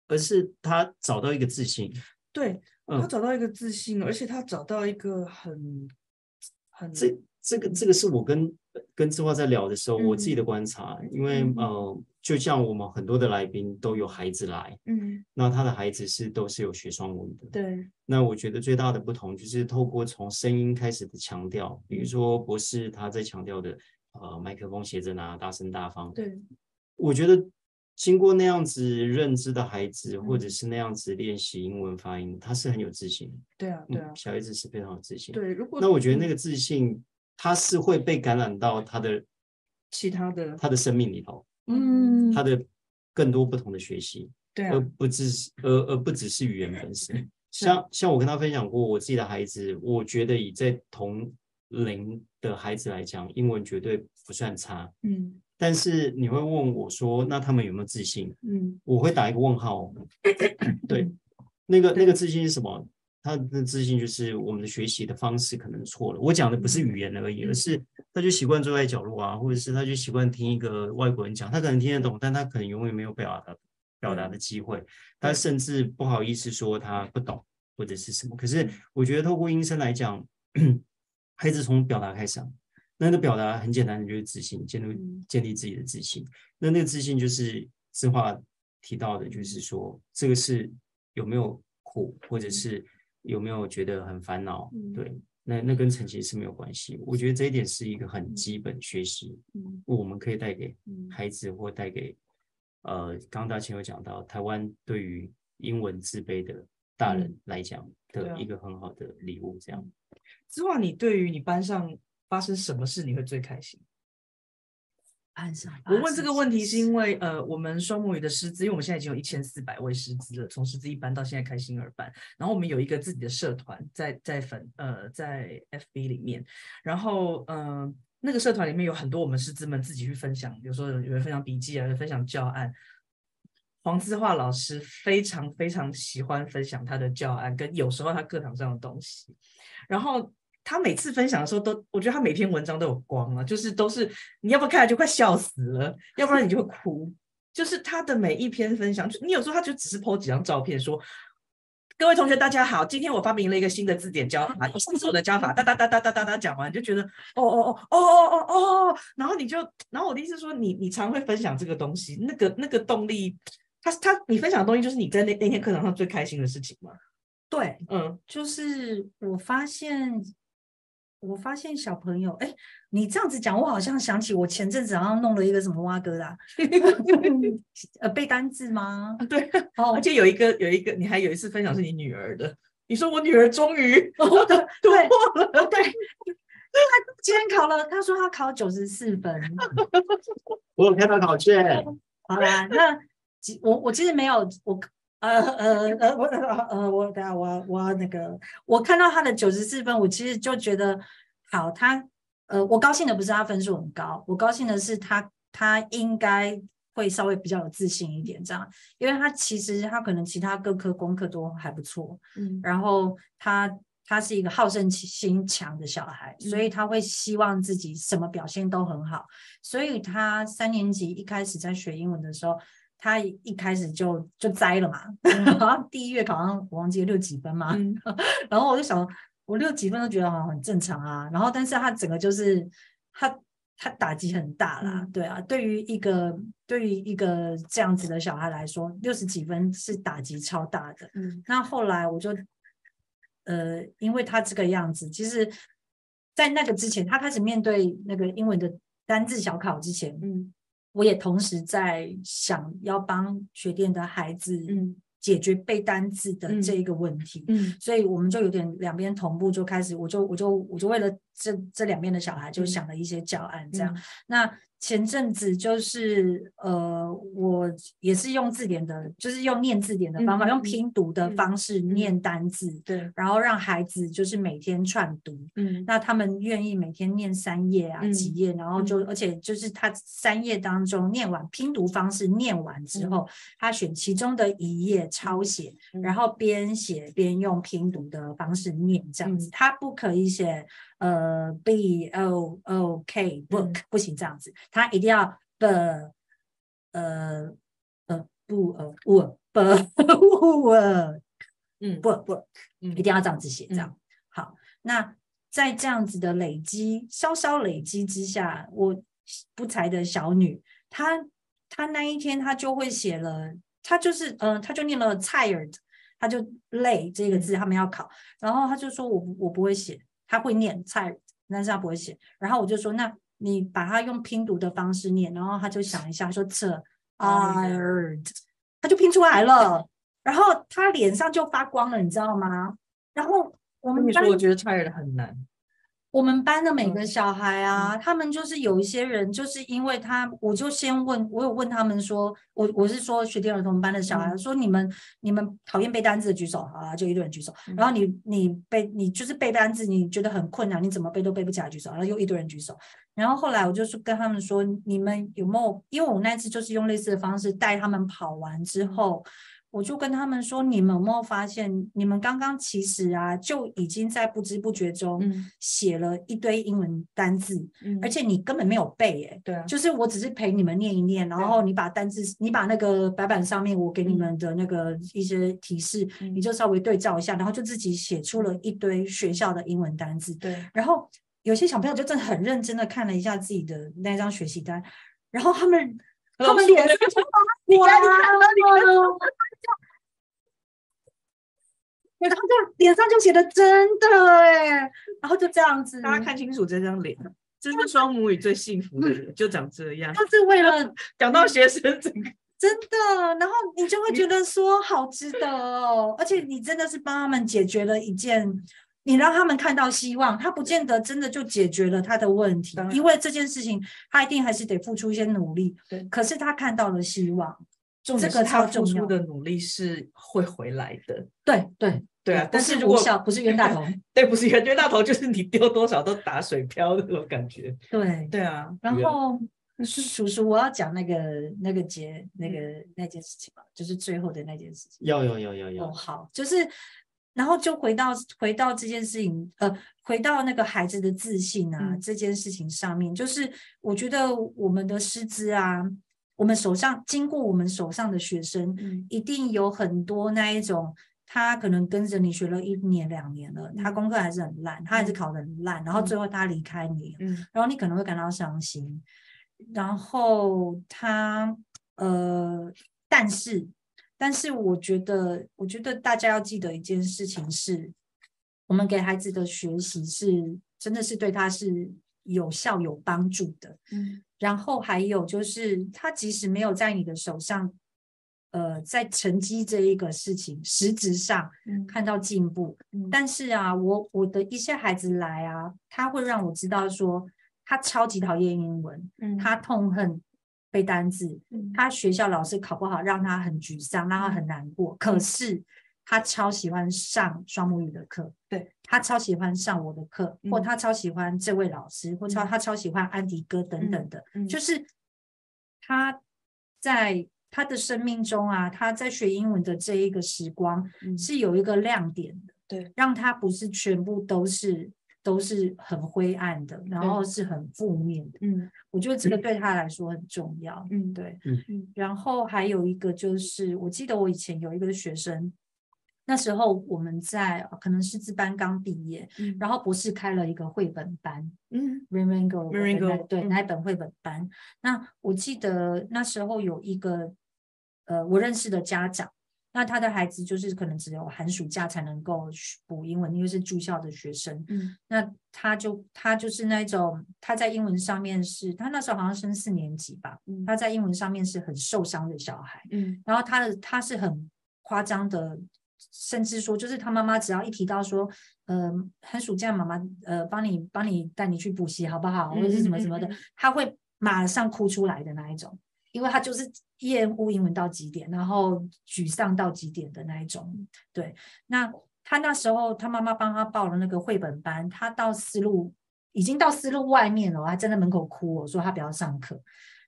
Speaker 2: 而是他找到一个自信。
Speaker 3: 对
Speaker 2: 嗯
Speaker 3: 哦
Speaker 4: 嗯
Speaker 3: 他找到一个自信，而且他找到一个很很
Speaker 2: 这这个这个是我跟跟志化在聊的时候，我自己
Speaker 4: 嗯
Speaker 2: 的观察，因为
Speaker 4: 嗯
Speaker 2: 呃，就像我们很多的来宾都有孩子来，
Speaker 4: 嗯，
Speaker 2: 那他的孩子是都是有学双文的，
Speaker 4: 对，
Speaker 2: 那我觉得最大的不同就是透过从声音开始的强调，
Speaker 4: 嗯
Speaker 2: 比如说博士他在强调的呃麦克风斜着拿，大声大方。
Speaker 4: 对，
Speaker 2: 我觉得经过那样子认知的孩子，
Speaker 4: 嗯
Speaker 2: 或者是那样子练习英文发音，他是很有自信。
Speaker 3: 对啊，
Speaker 2: 嗯
Speaker 3: 对啊，
Speaker 2: 小孩子是非常有自信。。
Speaker 3: 对。如果
Speaker 2: 那我觉得那个自信，他是会被感染到他的
Speaker 3: 其他的，
Speaker 2: 他的生命里头，
Speaker 4: 嗯，
Speaker 2: 他的更多不同的学习。
Speaker 3: 对啊
Speaker 2: 而，不只是而而不只是语言本身。
Speaker 3: 是啊
Speaker 2: 像像我跟他分享过，我自己的孩子，我觉得以在同龄的孩子来讲，英文绝对不算差。
Speaker 4: 嗯
Speaker 2: 但是你会问我说，那他们有没有自信？
Speaker 4: 嗯
Speaker 2: 我会打一个问号哦。对，那个那个自信是什么？他的自信就是我们的学习的方式可能错了。我讲的不是语言而已，而是他就习惯坐在角落啊，或者是他就习惯听一个外国人讲，他可能听得懂，但他可能永远没有表达表达的机会。他甚至不好意思说他不懂或者是什么。可是我觉得透过音声来讲， (clears throat) 孩子从表达开始、啊，那个表达很简单，就是自信，建立
Speaker 4: 嗯
Speaker 2: 建立自己的自信。那那个自信就是志华提到的，就是说这个是有没有苦，或者是有没有觉得很烦恼，
Speaker 4: 嗯
Speaker 2: 对。那那跟成绩是没有关系，我觉得这一点是一个很基本学习，
Speaker 4: 嗯
Speaker 2: 我们可以带给
Speaker 4: 嗯
Speaker 2: 孩子或带给呃，刚刚大清有讲到台湾对于英文自卑的大人
Speaker 4: 嗯
Speaker 2: 来讲
Speaker 3: 对
Speaker 2: 的
Speaker 3: 啊
Speaker 2: 一个很好的礼物，这样。
Speaker 3: 之后你对于你班上发生什么事你会最开心？
Speaker 4: 班上发
Speaker 3: 我
Speaker 4: 生什么事，
Speaker 3: 问这个问啊题是因为，呃，我们双母语的师资，因为我们现在已经有一千四百位师资了，从师资一班到现在开心二班，然后我们有一个自己的社团在在粉呃在 FB 里面，然后嗯、呃那个社团里面有很多我们师资们自己去分享，比如说有有人分享笔记啊，有人分享教案。黄志化老师非常非常喜欢分享他的教案，跟有时候他课堂上的东西。然后他每次分享的时候都，我觉得他每篇文章都有光啊，就是都是你要不看了就快笑死了，要不然你就会哭。就是他的每一篇分享，就你有时候他就只是 po 几张照片说。各位同学，大家好！今天我发明了一个新的字典教法，有上手的教法，哒哒哒哒哒哒哒，讲完就觉得哦哦哦哦哦哦哦，然后你就，然后我的意思是说，你你常会分享这个东西，那个那个动力，他他你分享的东西就是你在那那天课堂上最开心的事情嘛，
Speaker 4: 对，
Speaker 3: 嗯，
Speaker 4: 就是我发现，我发现小朋友，哎，你这样子讲，我好像想起我前阵子好像弄了一个什么蛙哥 (laughs) 啦，呃，背单字吗？
Speaker 3: 对，
Speaker 4: 哦
Speaker 3: 而，且有一个有一个，你还有一次分享是你女儿的，你说我女儿终于我的 (laughs) 突
Speaker 4: 哦对哦
Speaker 3: 破了，
Speaker 4: 对，他今天考了，他说他考九十四分。
Speaker 2: 我有看到考卷，
Speaker 4: 好啦，那其我我其实没有我。呃呃呃，我呃我等下我要我要那个，我看到他的九十四分，我其实就觉得好，他呃，我高兴的不是他分数很高，我高兴的是他他应该会稍微比较有自信一点这样，因为他其实他可能其他各科功课都还不错，
Speaker 3: 嗯
Speaker 4: 然后他他是一个好胜心强的小孩，所
Speaker 3: 嗯
Speaker 4: 以他会希望自己什么表现都很好。所以他三年级一开始在学英文的时候，他一开始就就栽了嘛， (laughs) 好像第一月考上我忘记六几分嘛，
Speaker 3: 嗯
Speaker 4: 然后我就想，我六几分都觉得好像很正常啊。然后，但是他整个就是他他打击很大啦，
Speaker 3: 嗯
Speaker 4: 对啊。对于一个对于一个这样子的小孩来说，六十几分是打击超大的。
Speaker 3: 嗯
Speaker 4: 那后来我就，呃，因为他这个样子，其实，在那个之前，他开始面对那个英文的单字小考之前，
Speaker 3: 嗯
Speaker 4: 我也同时在想要帮学店的孩子
Speaker 3: 嗯
Speaker 4: 解决背单字的
Speaker 3: 嗯
Speaker 4: 这一个问题。
Speaker 3: 嗯
Speaker 4: 所以我们就有点两边同步，就开始，我就我就我就为了这这两边的小孩，就
Speaker 3: 嗯
Speaker 4: 想了一些教案这样。
Speaker 5: 嗯
Speaker 4: 那前阵子就是呃，我也是用字典的，就是用念字典的方法，
Speaker 3: 嗯
Speaker 4: 用
Speaker 3: 嗯
Speaker 4: 拼读的
Speaker 3: 嗯
Speaker 4: 方式念单字，
Speaker 3: 对，
Speaker 4: 然后让孩子就是每天串读。
Speaker 3: 嗯
Speaker 4: 那他们愿意每天念三页啊，
Speaker 3: 嗯
Speaker 4: 几页，然后就，而且就是他三页当中念完拼读方式念完之后，他选其中的一页抄写，
Speaker 3: 嗯
Speaker 4: 然后边写边用拼读的方式念这样子，
Speaker 3: 嗯
Speaker 4: 他不可以写呃 b o o k book、
Speaker 3: 嗯
Speaker 4: 不行这样子，他一定要 b 呃呃不呃我 b 我
Speaker 3: 嗯
Speaker 4: 不不
Speaker 3: 嗯
Speaker 4: 一定要这样子写，这样、好。那在这样子的累积、稍稍累积之下，我不才的小女，她她那一天她就会写了，她就是嗯、呃，她就念了 tired，她就累这个字，他们要考，然后她就说我不我不会写，她会念 tired，但是她不会写，然后我就说那你把它用拼读的方式念，然后她就想一下说 tired，她就拼出来了，然后她脸上就发光了，你知道吗？然后我们
Speaker 3: 你
Speaker 4: 班
Speaker 3: 说我觉得 tired 很难，
Speaker 4: 我们班的每
Speaker 3: 嗯
Speaker 4: 个小孩啊，他们就是有一些人，就是因为他，我就先问，我有问他们说，我我是说学弟儿童班的小
Speaker 3: 嗯
Speaker 4: 孩，说你们你们讨厌背单词的举手，好啊，就一堆人举手，
Speaker 3: 嗯
Speaker 4: 然后你你背你就是背单词，你觉得很困难，你怎么背都背不起来，举手，然后又一堆人举手，然后后来我就是跟他们说，你们有没有？因为我那次就是用类似的方式带他们跑完之
Speaker 3: 嗯
Speaker 4: 后，我就跟他们说，你们有没有发现，你们刚刚其实啊，就已经在不知不觉中
Speaker 3: 嗯
Speaker 4: 写了一堆英文单字，
Speaker 3: 嗯
Speaker 4: 而且你根本没有背、欸，
Speaker 3: 对啊，
Speaker 4: 就是我只是陪你们念一念，然
Speaker 3: 对
Speaker 4: 后你把单字，你把那个白板上面我给你们的那个一些提示，
Speaker 3: 嗯
Speaker 4: 你就稍微对照一下，然后就自己写出了一堆学校的英文单字。
Speaker 3: 对，
Speaker 4: 然后有些小朋友就真的很认真的看了一下自己的那张学习单，然后他
Speaker 3: (laughs)
Speaker 4: 们他们脸上就发光啊了， (laughs) 然后就脸上就写的真的哎，然后就这样子，
Speaker 3: 大家看清楚这张脸，这是双母语最幸福的人，就长这样。
Speaker 4: 就是为了
Speaker 3: 讲到学生整个，
Speaker 4: 真的，然后你就
Speaker 3: 嗯
Speaker 4: 会觉得说好值得哦，而且你真的是帮他们解决了一件，你让他们看到希望，他不见得真的就解决了他的问题
Speaker 3: 当，然
Speaker 4: 因为这件事情他一定还是得付出一些努力
Speaker 3: 对，
Speaker 4: 可是他看到了希望，
Speaker 3: 重点
Speaker 4: 这
Speaker 3: 是
Speaker 4: 个
Speaker 3: 他
Speaker 4: 超
Speaker 3: 付
Speaker 4: 重要
Speaker 3: 出的努力是会回来的。
Speaker 4: 对对
Speaker 3: 对啊，
Speaker 4: 不
Speaker 3: 但
Speaker 4: 是
Speaker 3: 如
Speaker 4: 无
Speaker 3: 果
Speaker 4: 效，不是冤
Speaker 3: (laughs)
Speaker 4: 大头，
Speaker 3: 对，不是圆圈大头，就是你丢多少都打水漂那种感觉。
Speaker 4: 对。
Speaker 3: 对嗯啊，
Speaker 4: 然
Speaker 2: 对啊
Speaker 4: 后叔叔叔，我要讲那个那个节那个那件事情吧，就是最后的那件事情。
Speaker 2: 有有有有
Speaker 4: 哦，
Speaker 2: 有，
Speaker 4: 好，就是，然后就回到回到这件事情，呃，回到那个孩子的自信啊、
Speaker 3: 嗯
Speaker 4: 这件事情上面，就是我觉得我们的师资啊，我们手上经过我们手上的学生，
Speaker 3: 嗯
Speaker 4: 一定有很多那一种。他可能跟着你学了一年两年了，他
Speaker 3: 嗯
Speaker 4: 功课还是很烂，他还是
Speaker 3: 嗯
Speaker 4: 考得很烂，然后最后他离开你了，
Speaker 3: 嗯，
Speaker 4: 然后你可能会感到伤心，然后他呃，但是但是我觉得，我觉得大家要记得一件事情是，我们给孩子的学习是真的是对他是有效有帮助的，
Speaker 3: 嗯，
Speaker 4: 然后还有就是，他即使没有在你的手上，呃，在成绩这一个事情实质上看到进步，
Speaker 3: 嗯
Speaker 4: 但是啊，我我的一些孩子来啊，他会让我知道说，他超级讨厌英文，
Speaker 5: 嗯
Speaker 4: 他痛恨背单字，他学校老师考不好，让他很沮丧，让他很难过。可
Speaker 3: 嗯
Speaker 4: 是他超喜欢上双母语的课，
Speaker 3: 对
Speaker 4: 他超喜欢上我的课，或
Speaker 3: 嗯
Speaker 4: 他超喜欢这位老师，或超
Speaker 3: 嗯
Speaker 4: 他超喜欢安迪哥等等的，
Speaker 3: 嗯嗯
Speaker 4: 就是他在他的生命中啊，他在学英文的这一个时光
Speaker 3: 嗯
Speaker 4: 是有一个亮点的，
Speaker 3: 对，
Speaker 4: 让他不是全部都是都是很灰暗的，然
Speaker 3: 对
Speaker 4: 后是很负面的。
Speaker 3: 嗯
Speaker 4: 我觉得这个对他来说很重要。
Speaker 3: 嗯
Speaker 4: 对，
Speaker 2: 嗯
Speaker 3: 嗯
Speaker 4: 然后还有一个就是，我记得我以前有一个学生，那时候我们在呃可能师资班刚毕业，
Speaker 3: 嗯
Speaker 4: 然后博士开了一个绘本班
Speaker 3: 嗯
Speaker 4: r e m i n g o
Speaker 3: Marengo，
Speaker 4: 对，
Speaker 3: 嗯
Speaker 4: 那一本绘本班。那我记得那时候有一个呃，我认识的家长。那他的孩子就是可能只有寒暑假才能够去补英文，因为是住校的学生。
Speaker 3: 嗯
Speaker 4: 那他就他就是那种他在英文上面是，他那时候好像升四年级吧，
Speaker 3: 嗯
Speaker 4: 他在英文上面是很受伤的小孩，
Speaker 3: 嗯
Speaker 4: 然后他的他是很夸张的，甚至说就是他妈妈只要一提到说，呃，寒暑假妈妈呃帮你帮你带你去补习好不好，或者是什么什么的，
Speaker 3: 嗯嗯嗯
Speaker 4: 他会马上哭出来的那一种，因为他就是厌恶英文到极点，然后沮丧到极点的那一种。对，那他那时候他妈妈帮他报了那个绘本班，他到思路已经到思路外面了，他站在门口哭，我说他不要上课。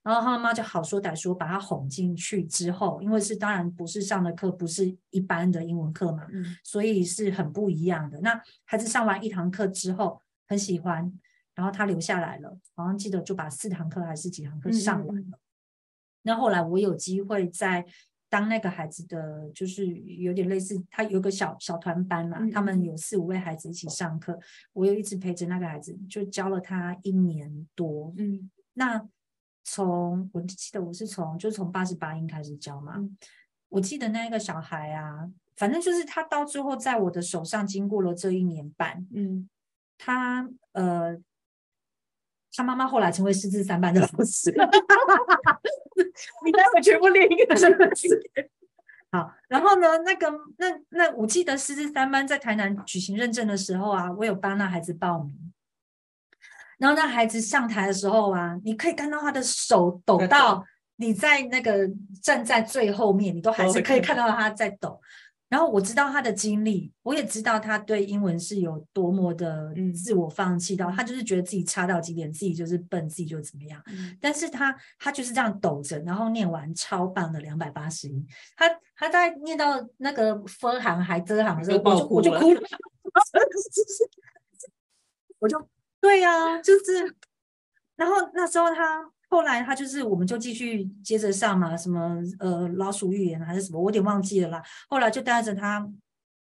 Speaker 4: 然后他妈妈就好说歹说把他哄进去之后，因为是当然不是上的课，不是一般的英文课嘛，
Speaker 3: 嗯
Speaker 4: 所以是很不一样的。那孩子上完一堂课之后很喜欢，然后他留下来了，好像记得就把四堂课还是几堂课
Speaker 3: 嗯
Speaker 4: 上
Speaker 3: 嗯
Speaker 4: 完了。那后来我有机会在当那个孩子的，就是有点类似，他有个小小团班嘛，
Speaker 5: 嗯
Speaker 4: 他
Speaker 5: 嗯
Speaker 4: 们有四五位孩子一起上课，我又一直陪着那个孩子，就教了他一年多。
Speaker 5: 嗯
Speaker 4: 那从我记得我是从就是从八十八音开始教嘛，
Speaker 5: 嗯
Speaker 4: 我记得那一个小孩啊，反正就是他到最后在我的手上经过了这一年半，
Speaker 5: 嗯，
Speaker 4: 他呃，他妈妈后来成为师资三班的老师。 (laughs) 你待会全部列一个真
Speaker 3: (laughs)
Speaker 4: 的是。好，然后呢，那个那那我记得师资三班在台南举行认证的时候啊，我有帮那孩子报名。然后那孩子上台的时候啊，你可以看到他的手抖
Speaker 3: 在抖
Speaker 4: 到你在那个站在最后面，你都还
Speaker 3: 都
Speaker 4: 是
Speaker 3: 会
Speaker 4: 可以
Speaker 3: 看
Speaker 4: 看到他在抖。然后我知道他的经历，我也知道他对英文是有多么的
Speaker 5: 嗯
Speaker 4: 自我放弃到，他就是觉得自己差到极点，自己就是笨，自己就怎么样。
Speaker 3: 嗯
Speaker 4: 但是他他就是这样抖着，然后念完超棒的两百八十音，他他在念到那个分行还遮行的时候，
Speaker 3: 都
Speaker 4: 我
Speaker 3: 爆
Speaker 4: 就我就
Speaker 3: 哭了
Speaker 4: 哭了， (laughs) 我就对呀、就是，然后那时候他后来他就是我们就继续接着上嘛，什么呃老鼠预言还是什么，我有点忘记了啦。后来就带着他。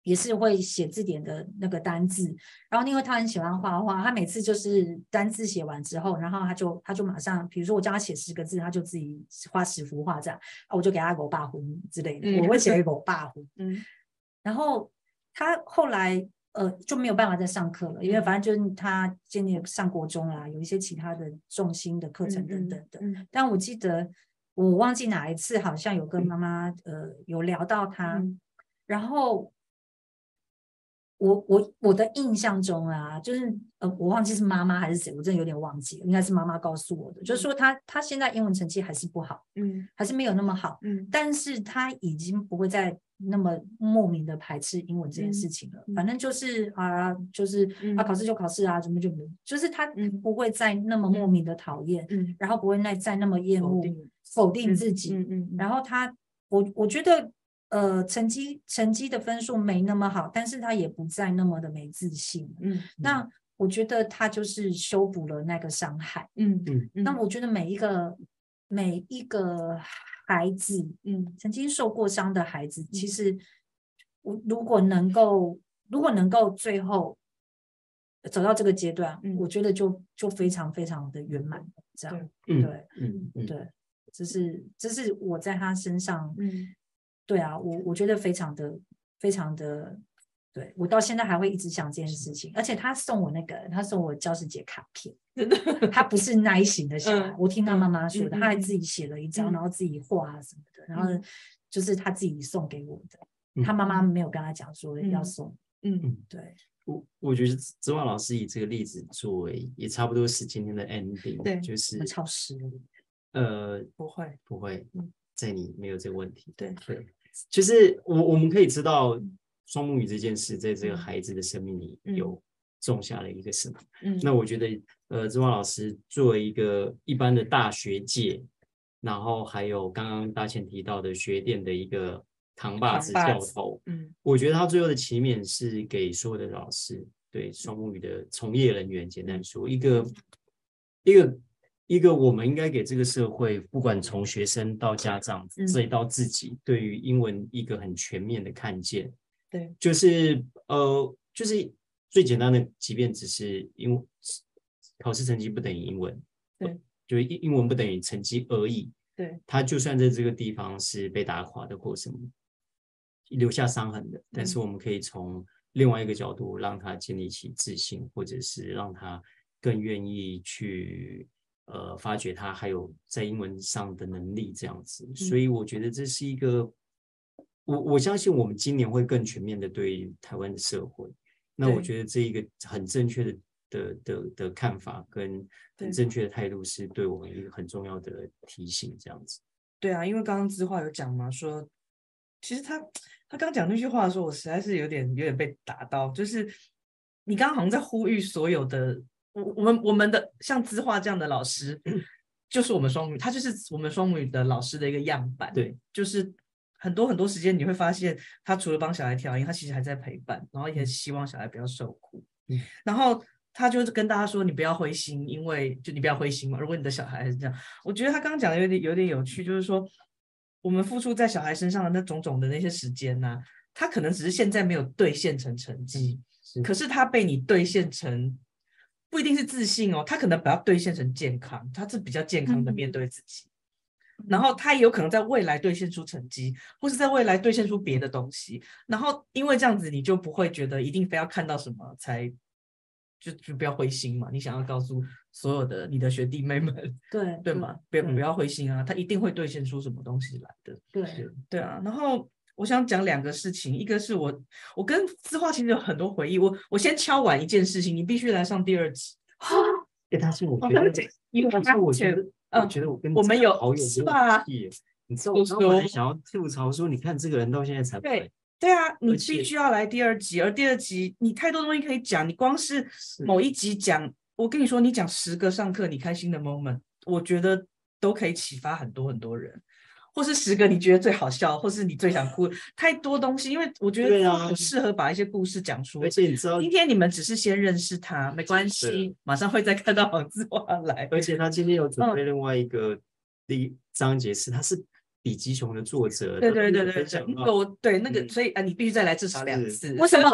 Speaker 4: 也是会写字典的那个单字，然后因为他很喜欢画画，他每次就是单字写完之后，然后他就他就马上，比如说我叫他写十个字，他就自己画十幅画这样，啊我就给他狗爸胡之类的，
Speaker 5: 嗯
Speaker 4: 我会
Speaker 5: (laughs)
Speaker 4: 写狗爸胡。
Speaker 5: 嗯
Speaker 4: 然后他后来呃就没有办法再上课了，
Speaker 5: 嗯
Speaker 4: 因为反正就是他渐渐上国中啦，有一些其他的重心的课程等等的。
Speaker 5: 嗯
Speaker 4: 但我记得我忘记哪一次，好像有跟妈妈呃有聊到他，
Speaker 5: 嗯
Speaker 4: 然后我我我的印象中啊，就是呃我忘记是妈妈还是谁，我真的有点忘记了，应该是妈妈告诉我的，就是说他他现在英文成绩还是不好，
Speaker 5: 嗯
Speaker 4: 还是没有那么好。
Speaker 5: 嗯
Speaker 4: 但是他已经不会再那么莫名的排斥英文这件事情了。
Speaker 5: 嗯
Speaker 4: 反正就是啊，就是、
Speaker 5: 嗯
Speaker 4: 啊，考试就考试啊，怎么就就是他
Speaker 5: 嗯
Speaker 4: 不会再那么莫名的讨厌，
Speaker 5: 嗯
Speaker 4: 然后不会再再那么厌
Speaker 3: 否
Speaker 4: 恶
Speaker 3: 定
Speaker 4: 否定自己。
Speaker 5: 嗯嗯，
Speaker 4: 然后他，我我觉得。呃，成绩成绩的分数没那么好，但是他也不再那么的没自信了。
Speaker 5: 嗯
Speaker 4: 那我觉得他就是修补了那个伤害。
Speaker 5: 嗯嗯，
Speaker 4: 那我觉得每一个每一个孩子，
Speaker 5: 嗯
Speaker 4: 曾经受过伤的孩子，其实我如果能够，如果能够最后走到这个阶段，
Speaker 5: 嗯
Speaker 4: 我觉得就就非常非常的圆满了。这样，
Speaker 2: 嗯
Speaker 4: 对、
Speaker 2: 嗯嗯
Speaker 4: 对，这是这是我在他身上，
Speaker 5: 嗯
Speaker 4: 对啊，我我觉得非常的非常的。对我到现在还会一直想这件事情，而且他送我那个，他送我教师节卡片，
Speaker 5: 真的，
Speaker 4: 他不是那一型的小孩，
Speaker 5: 嗯
Speaker 4: 我听他妈妈说
Speaker 5: 嗯
Speaker 4: 的，
Speaker 5: 嗯
Speaker 4: 他还
Speaker 5: 嗯
Speaker 4: 自己写了一张，
Speaker 5: 嗯
Speaker 4: 然后自己画啊什么的，然后
Speaker 5: 嗯
Speaker 4: 就是他自己送给我的，
Speaker 2: 嗯
Speaker 4: 他妈妈没有跟他讲说要
Speaker 5: 嗯
Speaker 4: 送，
Speaker 5: 嗯
Speaker 4: 对，
Speaker 2: 我我觉得子瓦老师以这个例子作为也差不多是今天的 ending，
Speaker 5: 对
Speaker 2: 就是
Speaker 4: 那超时了，
Speaker 2: 呃
Speaker 3: (laughs) 不会，
Speaker 2: 不会
Speaker 5: 嗯，
Speaker 2: 在你没有这个问题，
Speaker 5: 对
Speaker 2: 对，就是我我们可以知道双母语这件事在这个孩子的生命里
Speaker 5: 嗯
Speaker 2: 有种下了一个什么。
Speaker 5: 嗯，
Speaker 2: 那我觉得，呃，志旺老师作为一个一般的大学界，然后还有刚刚大前提到的学店的一个扛把
Speaker 3: 扛
Speaker 2: 子
Speaker 3: 把
Speaker 2: 教
Speaker 3: 子
Speaker 2: 头，
Speaker 5: 嗯
Speaker 2: 我觉得他最后的起点是给所有的老师，对双母语的从业人员，简单说，一个一个一个，我们应该给这个社会，不管从学生到家长，
Speaker 5: 嗯
Speaker 2: 再到自己，对于英文一个很全面的看见。
Speaker 5: 对，
Speaker 2: 就是呃，就是最简单的，即便只是英考试成绩不等于英文，
Speaker 5: 对，
Speaker 2: 就是英英文不等于成绩而已。
Speaker 5: 对，
Speaker 2: 他就算在这个地方是被打垮的或什么，留下伤痕的，但
Speaker 5: 嗯
Speaker 2: 是我们可以从另外一个角度让他建立起自信，或者是让他更愿意去呃发掘他还有在英文上的能力这样子。
Speaker 5: 嗯
Speaker 2: 所以我觉得这是一个，我我相信我们今年会更全面的对于台湾的社会。那我
Speaker 5: 对
Speaker 2: 觉得这一个很正确的的的的看法跟
Speaker 5: 对
Speaker 2: 很正确的态度，是对我们一个很重要的提醒。这样子，
Speaker 3: 对啊，因为刚刚之话有讲嘛，说其实他他刚讲那句话的时候，我实在是有点有点被打到，就是你刚刚好像在呼吁所有的我我们我们的像资化这样的老师， (clears throat) 就是我们双母语，他就是我们双母语的老师的一个样板。
Speaker 2: 对，
Speaker 3: 就是很多很多时间你会发现，他除了帮小孩调音，他其实还在陪伴，然后也希望小孩不要受苦。
Speaker 2: 嗯
Speaker 3: 然后他就是跟大家说，你不要灰心，因为就你不要灰心嘛。如果你的小孩还是这样，我觉得他刚刚讲的有点有点有趣，就是说我们付出在小孩身上的那种种的那些时间呢、他可能只是现在没有兑现成成绩，
Speaker 2: 嗯是
Speaker 3: 可是他被你兑现成，不一定是自信哦，他可能把它兑现成健康，他是比较健康的面
Speaker 4: 嗯
Speaker 3: 对自己。然后他也有可能在未来兑现出成绩，或是在未来兑现出别的东西。然后因为这样子，你就不会觉得一定非要看到什么才就就不要灰心嘛。你想要告诉所有的你的学弟妹们， (laughs)
Speaker 4: 对
Speaker 3: 对吗？不要
Speaker 2: 嗯
Speaker 3: 不要灰心啊，他一定会兑现出什么东西来的。
Speaker 4: 对，
Speaker 3: 对啊，然后我想讲两个事情，一个是我我跟资化其实有很多回忆，我我先敲完一件事情，你必须来上第二集。
Speaker 2: 哎，但是我觉
Speaker 3: 哦
Speaker 2: 得
Speaker 3: 对不起，
Speaker 2: 因为但是我觉
Speaker 3: 而且
Speaker 2: 得，我
Speaker 3: 嗯
Speaker 2: 觉得我跟
Speaker 3: 我
Speaker 2: 这
Speaker 3: 们
Speaker 2: 个
Speaker 3: 有
Speaker 2: 好友
Speaker 3: 是
Speaker 2: 没有
Speaker 3: 吧
Speaker 2: 屁耶你知道，
Speaker 3: 就
Speaker 2: 我刚刚本来
Speaker 3: 说
Speaker 2: 想要吐槽说，你看这个人到现在才
Speaker 3: 对
Speaker 2: 来，
Speaker 3: 对啊，你
Speaker 2: 而
Speaker 3: 必
Speaker 2: 且
Speaker 3: 须要来第二集，而第二集你太多东西可以讲，你光是
Speaker 2: 是
Speaker 3: 某一集讲，我跟你说，你讲十个上课你开心的 moment，我觉得都可以启发很多很多人，或是十个你觉得最好笑，或是你最想哭，太多东西，因为我觉得
Speaker 2: 对
Speaker 3: 他
Speaker 2: 啊
Speaker 3: 很适合把一些故事讲出来
Speaker 2: 而。且你知道
Speaker 3: 今，天你们只是先认识他，没关系，马上会再看到黄子华来。
Speaker 2: 而且他今天有
Speaker 3: 嗯
Speaker 2: 准备另外一个第一章节是，他是笔记熊的作者，
Speaker 3: 对
Speaker 2: 他
Speaker 3: 对
Speaker 2: 有
Speaker 3: 对对
Speaker 2: 分
Speaker 3: 对
Speaker 2: 享，
Speaker 3: 那
Speaker 2: 到
Speaker 3: 个我对那个，
Speaker 2: 嗯
Speaker 3: 所以啊，你必须再来至少两
Speaker 2: 是
Speaker 3: 次。 (laughs)
Speaker 4: 为
Speaker 2: (laughs)
Speaker 4: 什么？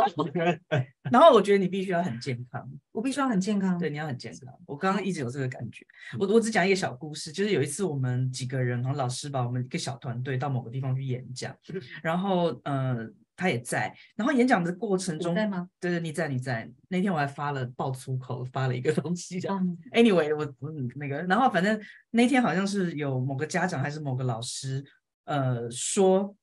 Speaker 3: 然后我觉得你必须要很健康，
Speaker 4: 我必须要很健康。
Speaker 3: 对，你要很健康。我刚刚一直有这个感觉。
Speaker 4: 嗯
Speaker 3: 我我只讲一个小故事，就是有一次我们几个人，然后老师把我们一个小团队到某个地方去演讲，
Speaker 4: 嗯
Speaker 3: 然后呃他也在，然后演讲的过程
Speaker 4: 你
Speaker 3: 中，
Speaker 4: 在吗？
Speaker 3: 对对，你在你在。那天我还发了爆粗口，发了一个东西这样。
Speaker 4: 嗯，
Speaker 3: Anyway，我我那个，然后反正那天好像是有某个家长还是某个老师，呃，说，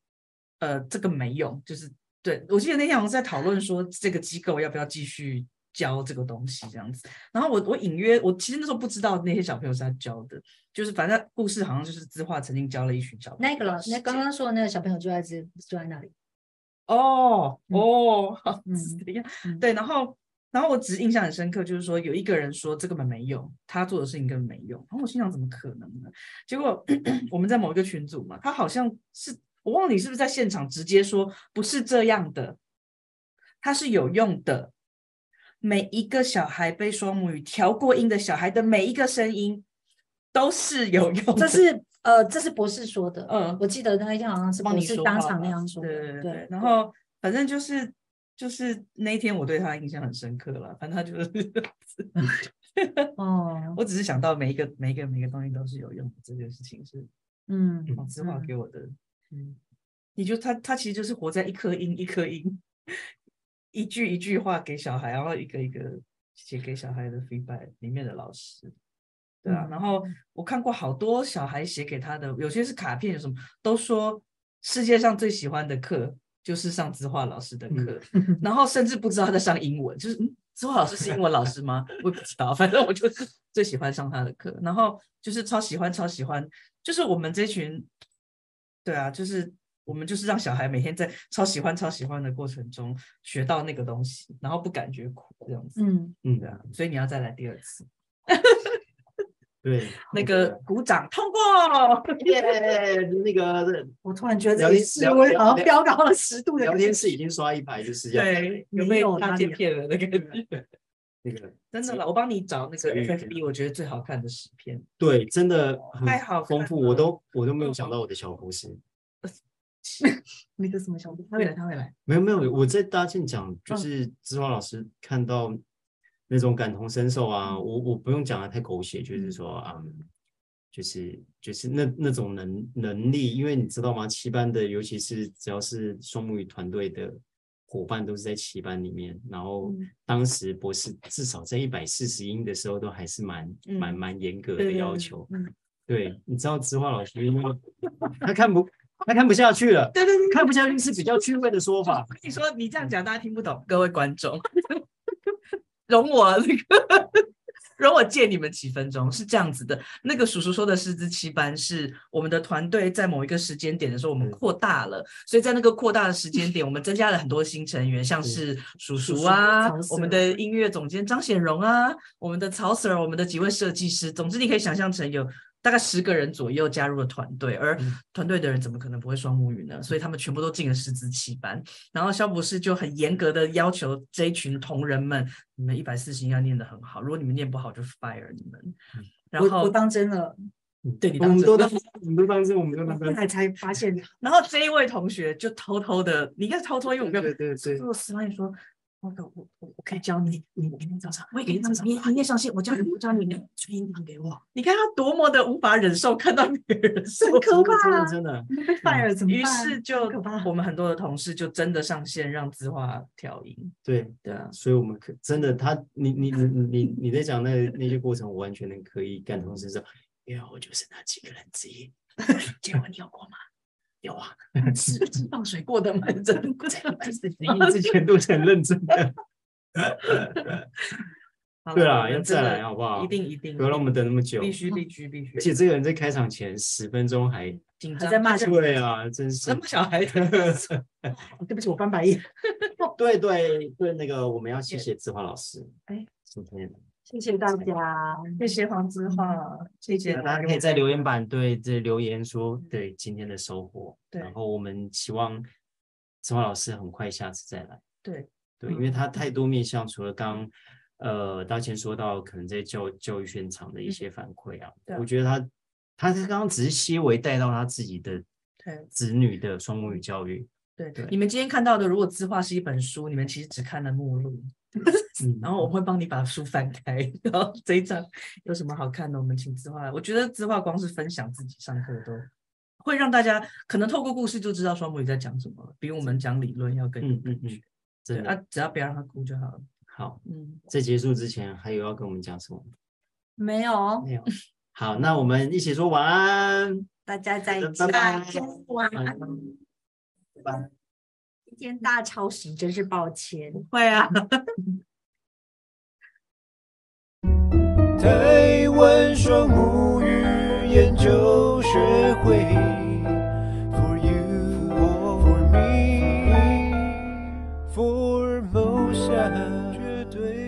Speaker 3: 呃，这个没用，就是对我记得那天好像是在讨论说这个机构要不要继续教这个东西这样子。然后我我隐约我其实那时候不知道那些小朋友是他教的，就是反正故事好像就是资化曾经教了一群小朋友
Speaker 4: 那个老师，那刚刚说的那个小朋友就在这，就在那里。
Speaker 3: 哦
Speaker 4: 嗯
Speaker 3: 哦，好
Speaker 4: 嗯
Speaker 3: 是这样
Speaker 4: 嗯
Speaker 3: 对，然后然后我只是印象很深刻，就是说有一个人说这根本没用，他做的事情根本没用，然后我心想怎么可能呢？结
Speaker 4: (clears throat)
Speaker 3: 果我们在某一个群组嘛，他好像是我忘了你是不是在现场直接说不是这样的，它是有用的。每一个小孩被双母语调过音的小孩的每一个声音都是有用的，
Speaker 4: 这是呃，这是博士说的。
Speaker 3: 嗯
Speaker 4: 我记得那一天好像是
Speaker 3: 帮
Speaker 4: 博
Speaker 3: 你
Speaker 4: 士
Speaker 3: 说
Speaker 4: 当
Speaker 3: 话
Speaker 4: 场那
Speaker 3: 吧
Speaker 4: 样说的。
Speaker 3: 对对
Speaker 4: 对
Speaker 3: 对。，然后反正就是就是那一天我对他印象很深刻了，反正他就是 (laughs)
Speaker 4: 哦，
Speaker 3: 我只是想到每一个每一个每一个东西都是有用的，这件事情是
Speaker 4: 嗯，
Speaker 3: 黄子华
Speaker 4: 嗯
Speaker 3: 给我的，嗯，你就他他其实就是活在一颗音一颗音，一句一句话给小孩，然后一个一个写给小孩的 feedback 里面的老师，对啊，
Speaker 4: 嗯
Speaker 3: 然后我看过好多小孩写给他的，有些是卡片，有什么都说世界上最喜欢的课就是上子画老师的
Speaker 4: 嗯
Speaker 3: 课，然后甚至不知道他在上英文，就是嗯，子华老师是英文老师吗？我也不知道，反正我就是最喜欢上他的课，然后就是超喜欢超喜欢，就是我们这群，对啊，就是我们就是让小孩每天在超喜欢超喜欢的过程中学到那个东西，然后不感觉苦这样子，
Speaker 4: 嗯，
Speaker 2: 嗯
Speaker 3: 对，啊，所以你要再来第二次。
Speaker 2: 对，
Speaker 3: (laughs) 那
Speaker 2: (laughs)
Speaker 3: 个鼓掌通过， (laughs)
Speaker 2: 耶，那个
Speaker 4: 我突然觉得
Speaker 2: 聊
Speaker 4: 这个
Speaker 2: 天
Speaker 4: 气
Speaker 2: 聊
Speaker 4: 温
Speaker 2: 聊
Speaker 4: 好像
Speaker 2: 聊
Speaker 4: 飙高了十度的
Speaker 2: 聊
Speaker 4: 感
Speaker 2: 天
Speaker 4: 觉。
Speaker 2: 室已经刷一排，就是要
Speaker 3: 对，有
Speaker 4: 没
Speaker 3: 被
Speaker 4: 有
Speaker 3: 他
Speaker 4: 他
Speaker 3: 骗
Speaker 4: 的
Speaker 3: 骗了的感
Speaker 4: 啊
Speaker 3: 觉，
Speaker 2: 那个
Speaker 3: 真的了，我帮你找那个
Speaker 2: 嗯
Speaker 3: FFB，我觉得最好看的十篇，
Speaker 2: 对，真的很
Speaker 3: 太好
Speaker 2: 丰
Speaker 3: 看
Speaker 2: 富，我
Speaker 3: 了
Speaker 2: 都我都没有想到我的小故事。
Speaker 4: 那个什么小朋友，
Speaker 3: 他
Speaker 4: 他
Speaker 3: 会
Speaker 4: 会来
Speaker 3: 来，
Speaker 4: 他
Speaker 3: 他会来，
Speaker 2: 没有没有，我在搭建讲，就
Speaker 3: 嗯
Speaker 2: 是志华老师看到那种感同身受啊，我我不用讲的太狗血，就是说啊、嗯，就是就是那那种能能力，因为你知道吗？七班的，尤其是只要是双母语团队的伙伴，都是在七班里面。然后
Speaker 4: 嗯
Speaker 2: 当时博士至少在一百四十音的时候，都还是蛮蛮
Speaker 3: 嗯
Speaker 2: 蛮严格
Speaker 3: 对
Speaker 2: 的
Speaker 3: 对
Speaker 2: 要
Speaker 3: 对
Speaker 2: 求。
Speaker 4: 嗯
Speaker 2: 对，你知道志华老师因为他看不他看不下去了，
Speaker 3: 对对对。
Speaker 2: 看不下去是比较趣味的说法
Speaker 3: 我。跟你说，你这样讲大家听不懂，各位观众， (laughs) 容我那个容我借你们几分钟，是这样子的。那个叔叔说的师资七班是我们的团队在某一个时间点的时候，我们
Speaker 2: 嗯
Speaker 3: 扩大了，所以在那个扩大的时间点，我们增加了很多新成员，像
Speaker 2: 对
Speaker 3: 是叔
Speaker 4: 叔
Speaker 3: 叔
Speaker 4: 叔
Speaker 3: 啊
Speaker 4: 曹，
Speaker 3: 我们
Speaker 4: Sir
Speaker 3: 的音乐总监张显荣啊，我们的曹 Sir，我们的几位设计师，总之你可以想象成有。大概十个人左右加入了团队，而
Speaker 2: 嗯
Speaker 3: 团队的人怎么可能不会双母语呢？所以他们全部都进了师资七班。然后肖博士就很严格的要求这一群同仁们，你们一百四十应该念得很好，如果你们念不好就 fire 你们。然
Speaker 4: 嗯我我
Speaker 3: 后
Speaker 4: 当真了，
Speaker 3: 对你
Speaker 2: 我
Speaker 3: 当
Speaker 2: 们
Speaker 3: 真
Speaker 2: 都当，我们都当真，我们都当
Speaker 4: 后
Speaker 2: 真。
Speaker 4: 来才发现，
Speaker 3: 然后这一位同学就偷偷的，你应该是偷偷，因为我没有
Speaker 2: 对对对，
Speaker 4: 做十万你说，我我我我可以教你，你明天早上，
Speaker 3: 我也可以
Speaker 4: 明天
Speaker 3: 早上
Speaker 4: 明天明天上线，我教你，我教你传音档给我，
Speaker 3: 你看他多么的无法忍受看到别人受
Speaker 4: 很可
Speaker 3: 苦。
Speaker 2: 真
Speaker 4: 怕
Speaker 2: 的，真的，
Speaker 4: 被 fire 怎么
Speaker 3: 嗯
Speaker 4: 办？
Speaker 3: 于是就
Speaker 4: 很可怕，
Speaker 3: 我们很多的同事就真的上线让字画调音，
Speaker 2: 对，(laughs)
Speaker 3: 对啊，
Speaker 2: 所以我们可真的他，你你你你你在讲那那些过程，我完全能可以感同身受，因为我就是那几个人之一。
Speaker 3: 结婚你有过吗？有啊，是是放水过的吗？
Speaker 2: (laughs)
Speaker 3: 真的，
Speaker 2: 你 (laughs) 之前都是很认真的，
Speaker 3: 好
Speaker 2: 对
Speaker 3: 啦，
Speaker 2: 啦，
Speaker 3: 我
Speaker 2: 要
Speaker 3: 们真
Speaker 2: 再
Speaker 3: 的
Speaker 2: 来好不好？
Speaker 3: 一定一定，
Speaker 2: 不要让我们等那么久。
Speaker 3: 必须必须必须，
Speaker 2: 而且这个人在开场前十分钟还
Speaker 3: 紧
Speaker 4: 还
Speaker 3: 张
Speaker 4: 在骂人
Speaker 2: 对啊，真是
Speaker 3: 什么小孩子？
Speaker 4: 对不起，我翻白眼，
Speaker 2: 对对对，那个我们要谢谢志华老师。
Speaker 3: 哎，
Speaker 2: 今天
Speaker 4: 谢谢大家，
Speaker 3: 谢谢黄子华，谢谢
Speaker 2: 大家可以在留言板对这留言说对今天的收获，
Speaker 3: 嗯对
Speaker 2: 然后我们期望志华老师很快下次再来。
Speaker 3: 对嗯
Speaker 2: 对，因为他太多面向，除了刚呃大前说到可能在教教育现场的一些反馈啊，
Speaker 3: 嗯对啊
Speaker 2: 我觉得他他刚刚只是些微带到他自己的
Speaker 3: 对
Speaker 2: 子女的双母语教育，嗯
Speaker 3: 对
Speaker 2: 对
Speaker 3: 你们今天看到的，如果字画是一本书，你们其实只看了目录，
Speaker 2: 嗯
Speaker 3: 然后我会帮你把书翻开， (laughs) 然后这一章有什么好看的，我们请字画来。我觉得字画光是分享自己上课都会让大家可能透过故事就知道双母语在讲什么了，比我们讲理论要更有
Speaker 2: 嗯
Speaker 3: 感
Speaker 2: 嗯嗯。，
Speaker 3: 觉对
Speaker 2: 真的、
Speaker 3: 啊，只要不要让他哭就好了。
Speaker 2: 好。
Speaker 3: 嗯，
Speaker 2: 在结束之前，还有要跟我们讲什么？
Speaker 4: 没有，
Speaker 2: 没有。好，那我们一起说晚安，
Speaker 4: 大家再见，
Speaker 2: 拜拜，
Speaker 4: 晚安。
Speaker 2: 拜拜。
Speaker 4: 今天大超时，真是抱歉。
Speaker 3: 会啊。
Speaker 1: 台湾双母语研究学会，For you or for me，Formosa 绝对